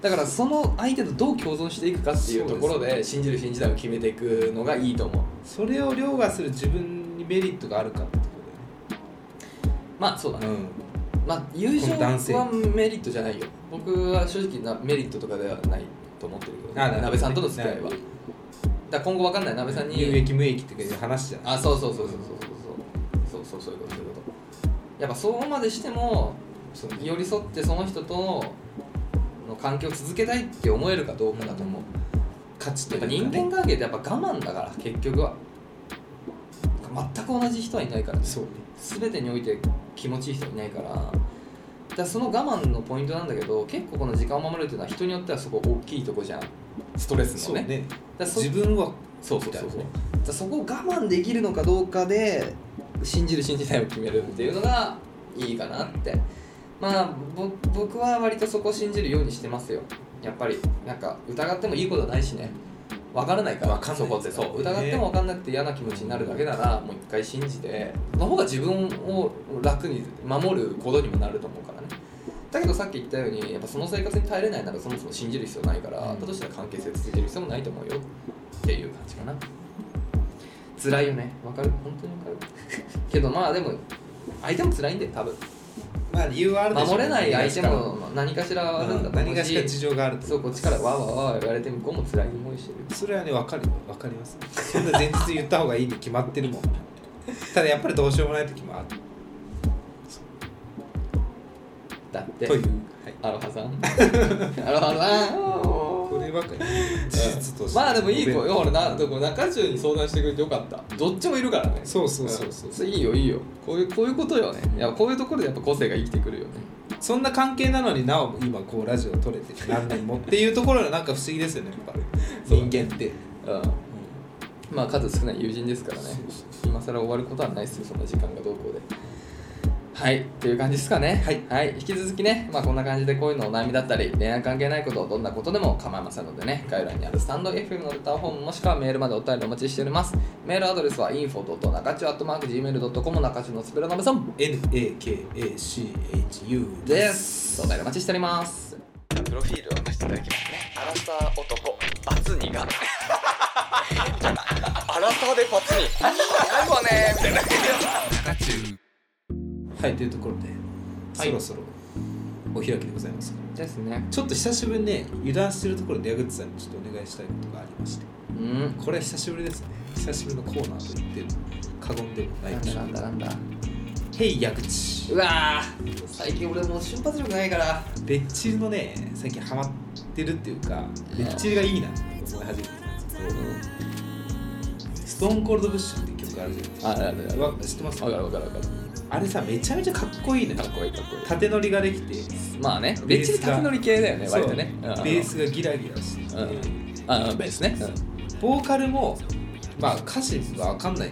だからその相手とどう共存していくかっていうところそうでで信じる信じないを決めていくのがいいと思うそれを凌駕する自分にメリットがあるかってこまあそうだとねだよねまあ友情この男性はメリットじゃないよ僕は正直なメリットとかではないと思ってるけどあなるほど鍋さんとの付き合いはなだかるら今後わかんない鍋さんに有益無益っていう話じゃないあそうそうそうそうそうそうそうそうそういうことそういうことやっぱそうまでしてもそうね寄り添ってその人との関係を続けたいって思えるかどうかだと思う、価値とやいっうぱかね人間関係ってやっぱ我慢だから結局は全く同じ人はいないからそうね全てにおいて気持ちいい人はいないからだからその我慢のポイントなんだけど結構この時間を守るっていうのは人によってはそこ大きいとこじゃんストレスそうのねねだからそ自分はそうそうそうそうじゃあそこを我慢できるのかどうかで信じる信じないを決めるっていうのがいいかなってまあぼ僕は割とそこを信じるようにしてますよやっぱりなんか疑ってもいいことはないしね分からないからわかんないそこってそうですから疑ねっても分かんなくて嫌な気持ちになるだけならもう一回信じての方が自分を楽に守ることにもなると思うからねだけどさっき言ったようにやっぱその生活に耐えれないならそもそも信じる必要ないから、うんだとしたら関係性続ける必要もないと思うよっていう感じかな辛いよねわかる本当にわかる [laughs] けどまあでも相手も辛いんで多分まあ理由はあるでしょうね守れない相手も何かしらあるんだと思何うがしかし事情があるとそうこっちからわーわーわーわー言われて向こうも辛い思いしてるそれはね分かる分かりますそんな前日言った方がいいに決まってるもんただやっぱりどうしようもない時もあるだってという、はい、アロハさんアロ [laughs] ハこればっかり事実としさてんまあでもいい子よほらなでも中中に相談してくれてよかったどっちもいるからねそうそうそうそう、んいいよいいよこういうこういうことよねいやこういうところでやっぱ個性が生きてくるよねそんな関係なのになお今こうラジオ撮れて何年もっていうところがなんか不思議ですよねやっぱそう人間って、うんまあ数少ない友人ですからねそうそう今更終わることはないですよそんな時間がどうこうではいっていう感じですかねはい、引き続きね、まあ、こんな感じでこういうのお悩みだったり恋愛関係ないことどんなことでも構いませんのでね概要欄にあるスタンド FM のレターフォームもしくはメールまでお便りお待ちしておりますメールアドレスは info.nakachu.gmail.com 中中のスペルナムさん NAKACHU ですお便りお待ちしておりますプロフィールを出していただきますねアラサー男バツニがアラサーでバツニないわねみたいなはいというところで、はいそろそろお開きでございますが [laughs] ですねちょっと久しぶりにね油断してるところで矢口さんにちょっとお願いしたいことがありましてうんこれは久しぶりですね久しぶりのコーナーと言ってる過言でもなないんでだしょうなんだなんだヘイ矢口うわー最近俺もう瞬発力ないからレッチリのね最近ハマってるっていうかレッチリがいいなって思い始めてたんですけど「ストーンコールドブッシュ」っていう曲があるじゃないですかあるあるあるわ知ってますわかるわかるわかるあれさめちゃめちゃかっこいいねかっこいいかっこい縦乗りができていまあねベレーッチスリがタフ乗り系だよね割とねそううんベースがギラギラしてて、うんああベースねボーカルもまあ歌詞が分かんない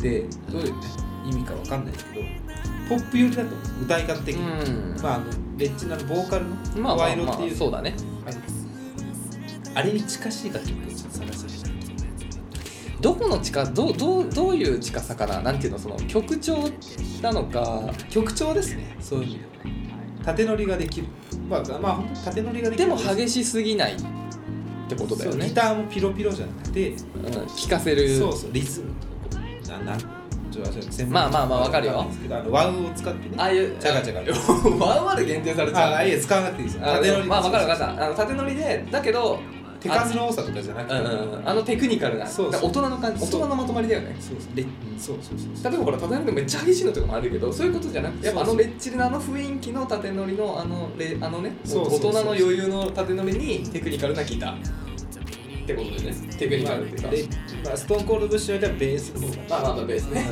でどういう意味か分かんないけどポップ寄りだと思う歌い方的うに、んまああのレッチなのボーカルのまあま声あ色ってまあいう,、そうだねあのあれに近しい楽曲をちょっと探してみたいどこの近どうどうどういう近さかななんていうのその曲調なのか曲調ですねそういう意味では縦乗りができるまあまあ本当に縦乗りができでるも激しすぎないってことだよそうねギターもピロピロじゃなくてうん聞かせるそうそうリズムとかななんちょっと私は専門まあまあまあわかるよわんないですけどあのワウを使ってねああいうチャカチャカワンワンで限定されちあゃうあいいえ使わなくていいですよあ縦乗りまあ分かる分かったあの縦乗りでだけど手数の多さとかじゃなくて、うん、あのテクニカルなそうそうだから大人の感じ大そう人のまとまりだよねそうそうレッそうそうそうそう例えばほら縦乗りでもめっちゃ激しいのとかもあるけどそういうことじゃなくてやっぱあそのうそうレッチリのあの雰囲気の縦乗りのあのレあのねそうそうそう大人の余裕の縦乗りにテクニカルなギターってことでねテクニまカあルっていうか、でまあ、ストーンコールドブッシュよりはベースの方がまあ [laughs] まあまあベースね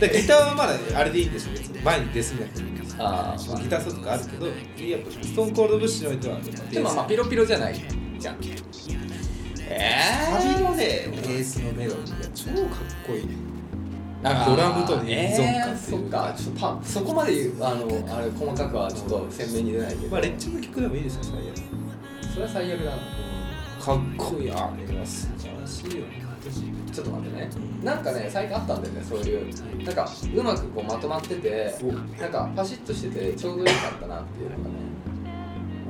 だからギターはまだあれでいいんですよ別に前に出すぎなくてもいいんですよあまあギターソロとかあるけどやっぱストーンコールドブッシュにおいてはやっぱベースでもまあピロピロじゃないじゃんえサビのねベーースのメロディーが超かっこいいねあードラムとの依存感っていうかえーそっかちょっとパそこまで言うあのあれ細かくはちょっと鮮明に出ないけどまあレッチリの曲でもいいですよ最悪それは最悪だなかっこいいあれは素晴らしいよねちょっと待ってねなんかね最近あったんだよねそういうなんかうまくこうまとまっててそうなんかパシッとしててちょうどよかったなっていうのがね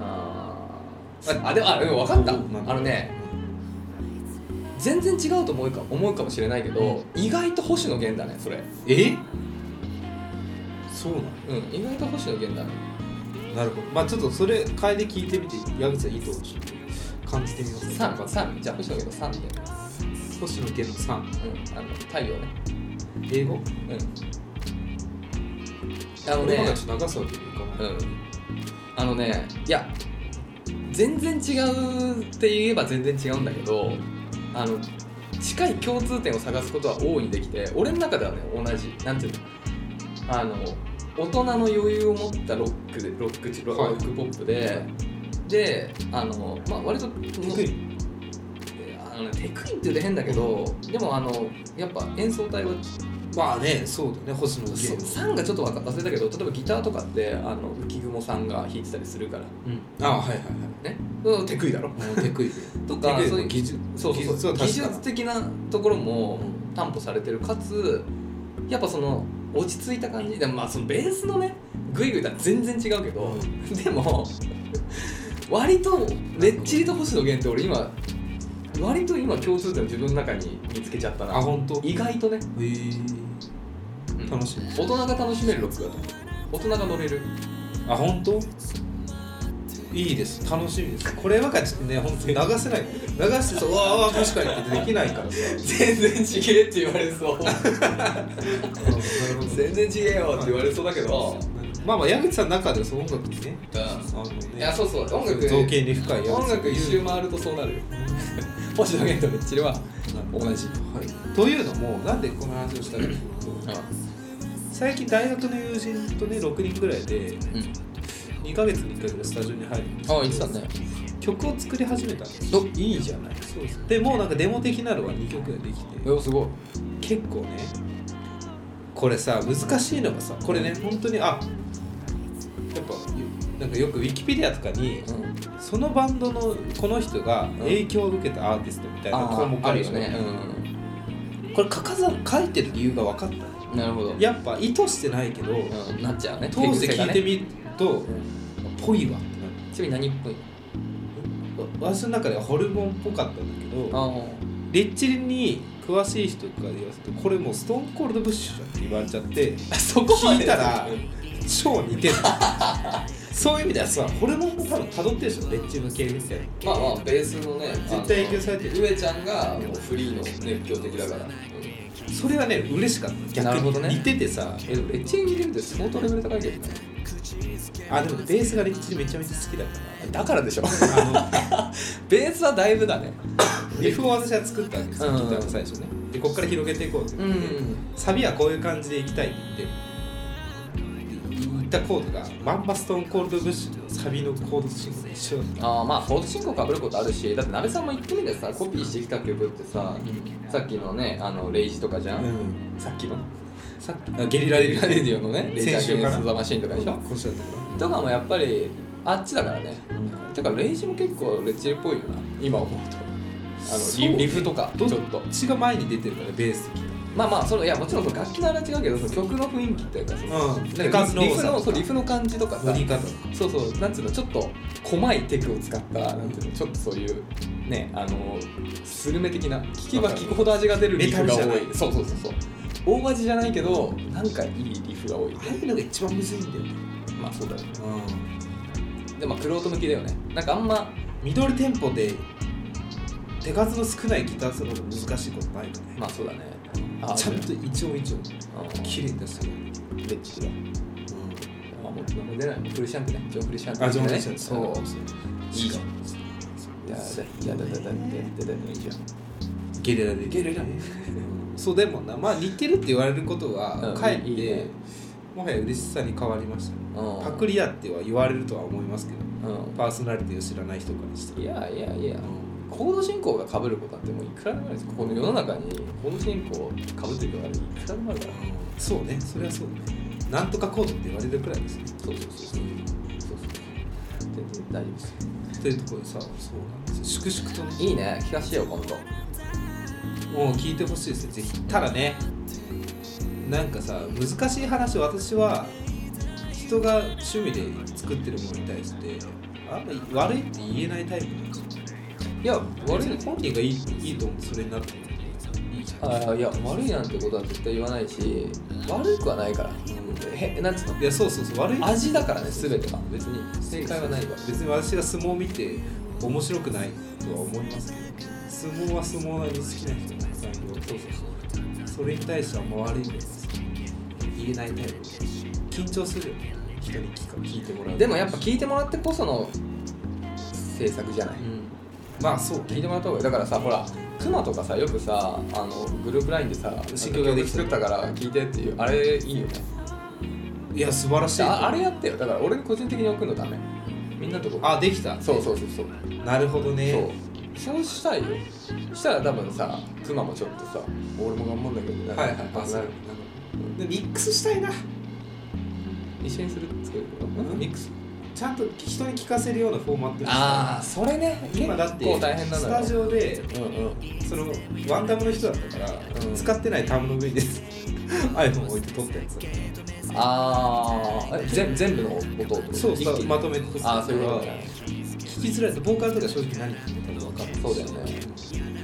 あーあでもあでも分かったあのね全然違うと思うか思うかもしれないけど意外と星野源だねそれえそうなうん意外と星野源だねのなるほどまあちょっとそれ変えて聞いてみて矢口さんいいと思うちょっと感じてみます三三じゃあ星野源の3で星野源の三うん、あの太陽ね。英語うん。あの俺のねが、ちょっと流すわけにいかうない、ん。あのね、いや、全然違うって言えば全然違うんだけど、あの、近い共通点を探すことは大いにできて、俺の中ではね、同じ、なんていうの、あの、大人の余裕を持ったロックで、ロックチ、ロはいックポップで、で、あの、まあ、割と、低いあのね、テクニックって言うと変だけど、でも、あの、やっぱ演奏隊はまあねそうだね星野そう源3がちょっとわか忘れたけど例えばギターとかってあの浮雲さんが弾いてたりするからうんあはいはいはいねうんテクイだろもうテ [laughs] クイとかテクイそういうの技術そうそうそう技技術は確かな術的なところも担保されてるかつやっぱその落ち着いた感じでまあそのベースのねグイグイとは全然違うけど、でも割とレッチリと星野源って俺今割と今共通点を自分の中に見つけちゃったあな本当。意外とね、えうん楽しい大人が楽しめるロックだと大人が乗れるあ本当いいです楽しみですこれはかちょっとね本当に流せない流してそううわあわあ確かにってできない [laughs] からさ [laughs] 全然ちげえって言われそう [laughs] 全然ちげえよって言われそうだけど、まあまあ矢口さんの中ではその音楽にねあうのねん、いやそうそう音楽造形に深い矢口さん音楽一周回るとそうなるよ星野源とレッチリは同じ、はいというのもなんでこの話をしたかというと最近大学の友人とね6人ぐらいでうん、 2ヶ月に1回ぐらいスタジオに入るんですあ言ってたね曲を作り始めたんですおいいじゃないそうですでもうなんかデモ的なのは2曲ができておすごい結構ねこれさ難しいのがさこれね本当にあやっぱなんかよくウィキペディアとかにうんそのバンドのこの人が影響を受けたアーティストみたいな項目ああるるよよねね、これ書かざ書いてる理由が分かったうんなるほどやっぱ意図してないけど、うん、なっちゃうね当時聞いてみみるとぽいわってなるちなみに何っぽいわ私の中ではホルモンっぽかったんだけどあレッチリに詳しい人から言わせるとこれもうストーンコールドブッシュだって言われちゃってあそこまで聞いたら超似てるそういう意味ではさホルモンも多分辿ってるでしょレッチリの系みたいなまあまあベースのね絶対影響されてる上ちゃんがもうフリーの熱狂的だから、それはね嬉しかったな逆るほどねに似ててさ、えでもレッチリに入れるって相当レベル高いけどねあでもベースがレッチリめちゃめちゃ好きだかだからでしょらあのベースはだいぶだねリフを私は作ったんですよ、うんギターの最初ねでこっから広げていこうってう言って、んサビはこういう感じでいきたいって言ってで言ったコードがマンバストーンコールドブッシュのサビのコード進行と一緒だっあーまあコード進行かぶることあるしだって鍋さんも言ってみてさコピーしてきた曲ってさ、さっきのねあのレイジとかじゃた、ん、ん、さっきのさっきゲリラレディオのねレイジア先週ゲンかスなトザマシンとかでしょ、こっちだったかとかもやっぱりあっちだからねてかレイジも結構レッチリっぽいよな今思うとあのそうリねリフとからちょどっっとちが前に出てるからベース的まあまあそのいやもちろんその楽器のあれは違うけどその曲の雰囲気っていうかそうのんなんかリフのそうリフの感じとかさ乗り方とかそうそうなんつうのちょっと細いテクを使ったなんつうのちょっとそういうねあのスルメ的な聞けば聞くほど味が出るリフメがタル多じゃいないそうそうそうそう大味じゃないけどなんかいいリフが多いああいうのが一番むずいんだよねまあそうだよねうでまあ玄人向きだよねなんかあんま緑店舗で手数の少ないギターソロが難しいことないかね、まあそうだねあちゃんと一音一音き綺麗に出してるよね、レッチだあもう名前出ないフルシャンクねジョン・フルシャンクあ、ジョン・レシャンそういいじゃんいやいやだだだだだだいいじゃんゲレラでゲレラそうでもなまあ似てるって言われることはうんかえっいいいいねてもはや嬉しさに変わりましたねうんパクリだっては言われるとは思いますけどうパーソナリティを知らない人からしたんらいやいやいやうんコード進行が被ることなんてもういくらでもあるんですよこの世の中にコード進行被ってる人がいくらでもあるからそうねそれはそうねなんとかコードって言われるくらいですねそうそうそうそうそうそう全然大丈夫ですよというところでさそうなんですよ粛々とねいいね聞かせてよ今度もう聞いてほしいですねぜひただねなんかさ難しい話私は人が趣味で作ってるものに対してあんまり悪いって言えないタイプなんですよいや悪悪いいの本人がいいいいと思うそれになってるいいじゃんあいや悪いなんてことは絶対言わないし悪くはないからへなんつうのいやそうそうそう悪い味だからね全てが別に正解はないから別に私が相撲を見て面白くないとは思いますけど相撲は相撲なりに好きな人がたくさんいるそうそうそうそれに対してはもう悪いんです言えないタイプ緊張するよね人に聞か聞いてもらうでもやっぱ聞いてもらってこその制作じゃない、うんまあそう聞いてもらった方がいいだからさほらクマとかさよくさあのグループラインでさ新曲ができた作ったから聞いてっていうあれいいよねいや素晴らしいああれやってよだから俺個人的に送るのダメみんなとこあできたそうそうそうそうなるほどねそうそうしたいよしたら多分さクマもちょっとさ俺も頑張んだけどねはいはいあなるでミックスしたいな一緒にする作るんミックスちゃんと人に聞かせるようなフォーマットにしたいああそれね結今だって構大変なのスよタジオでうんうんそのワンダムの人だったから、うん使ってないタムの上に [laughs] iPhone 置いて撮ったやつああ全全部の音をそう一気にまとめて撮ったああそういうことね聞きづらいとボーカルとか正直何言ってるか分かんないそうだよね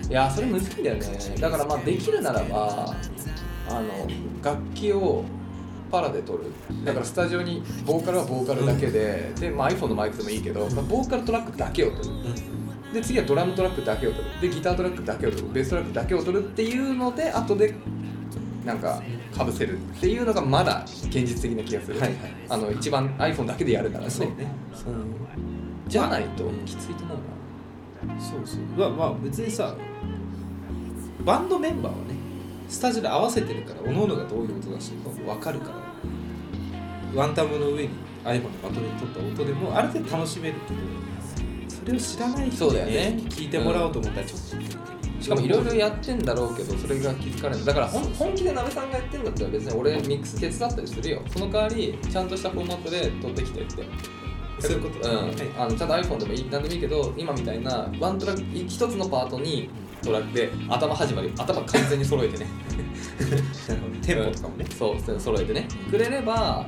いやそれむずいんだよねだからまあできるならばあの楽器をパラで撮るだからスタジオにボーカルはボーカルだけで、で、まあ、iPhone のマイクでもいいけど、まあ、ボーカルトラックだけを撮るで次はドラムトラックだけを撮るでギタートラックだけを撮るベーストラックだけを撮るっていうので後でなんかかぶせるっていうのがまだ現実的な気がする、はいはいあの一番 iPhone だけでやるならねそうねうんじゃないときついと思うな、そうそうまあまあ別にさバンドメンバーはねスタジオで合わせてるから各々がどういう音出してるかも分かるからワンタムの上に iPhone のまとめに撮った音でもある程度楽しめるけどそれを知らない人そうに、だよね聞いてもらおうと思ったらちょっと、しかもいろいろやってんだろうけどそれが気づかれないだから本本気で鍋さんがやってんだったら別に俺ミックス手伝ったりするよその代わりちゃんとしたフォーマットで取ってきてってそういうことうん、あのちゃんと iPhone でもいい何でもいいけど今みたいなワントラック一つのパートにトラックで頭始まり頭完全に揃えてね [laughs] テンポとかもね、そうそう揃えてねくれれば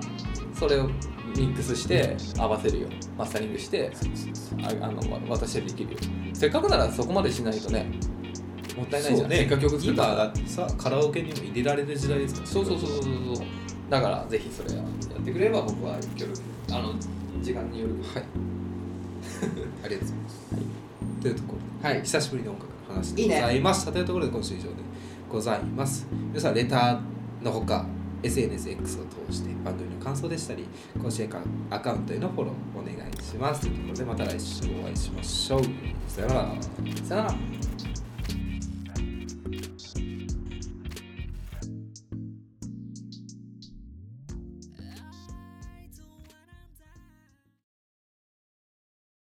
それをミックスして合わせるよマスタリングしてああのわ私はできるよせっかくならそこまでしないとねもったいないじゃん、そうねせっかく曲作った今からだってさカラオケにも入れられる時代ですからそうそうそうそうそうそうだからぜひそれやってくれれば僕は協力あの時間によるはいありがとうございます、というところではい久しぶりの音楽の話いでいごねざいますというところで今週以上でございます皆さんレターのほか SNSX を通して番組の感想でしたり公式アカウントへのフォローお願いしますというところでまた来週お会いしましょうさよならさよなら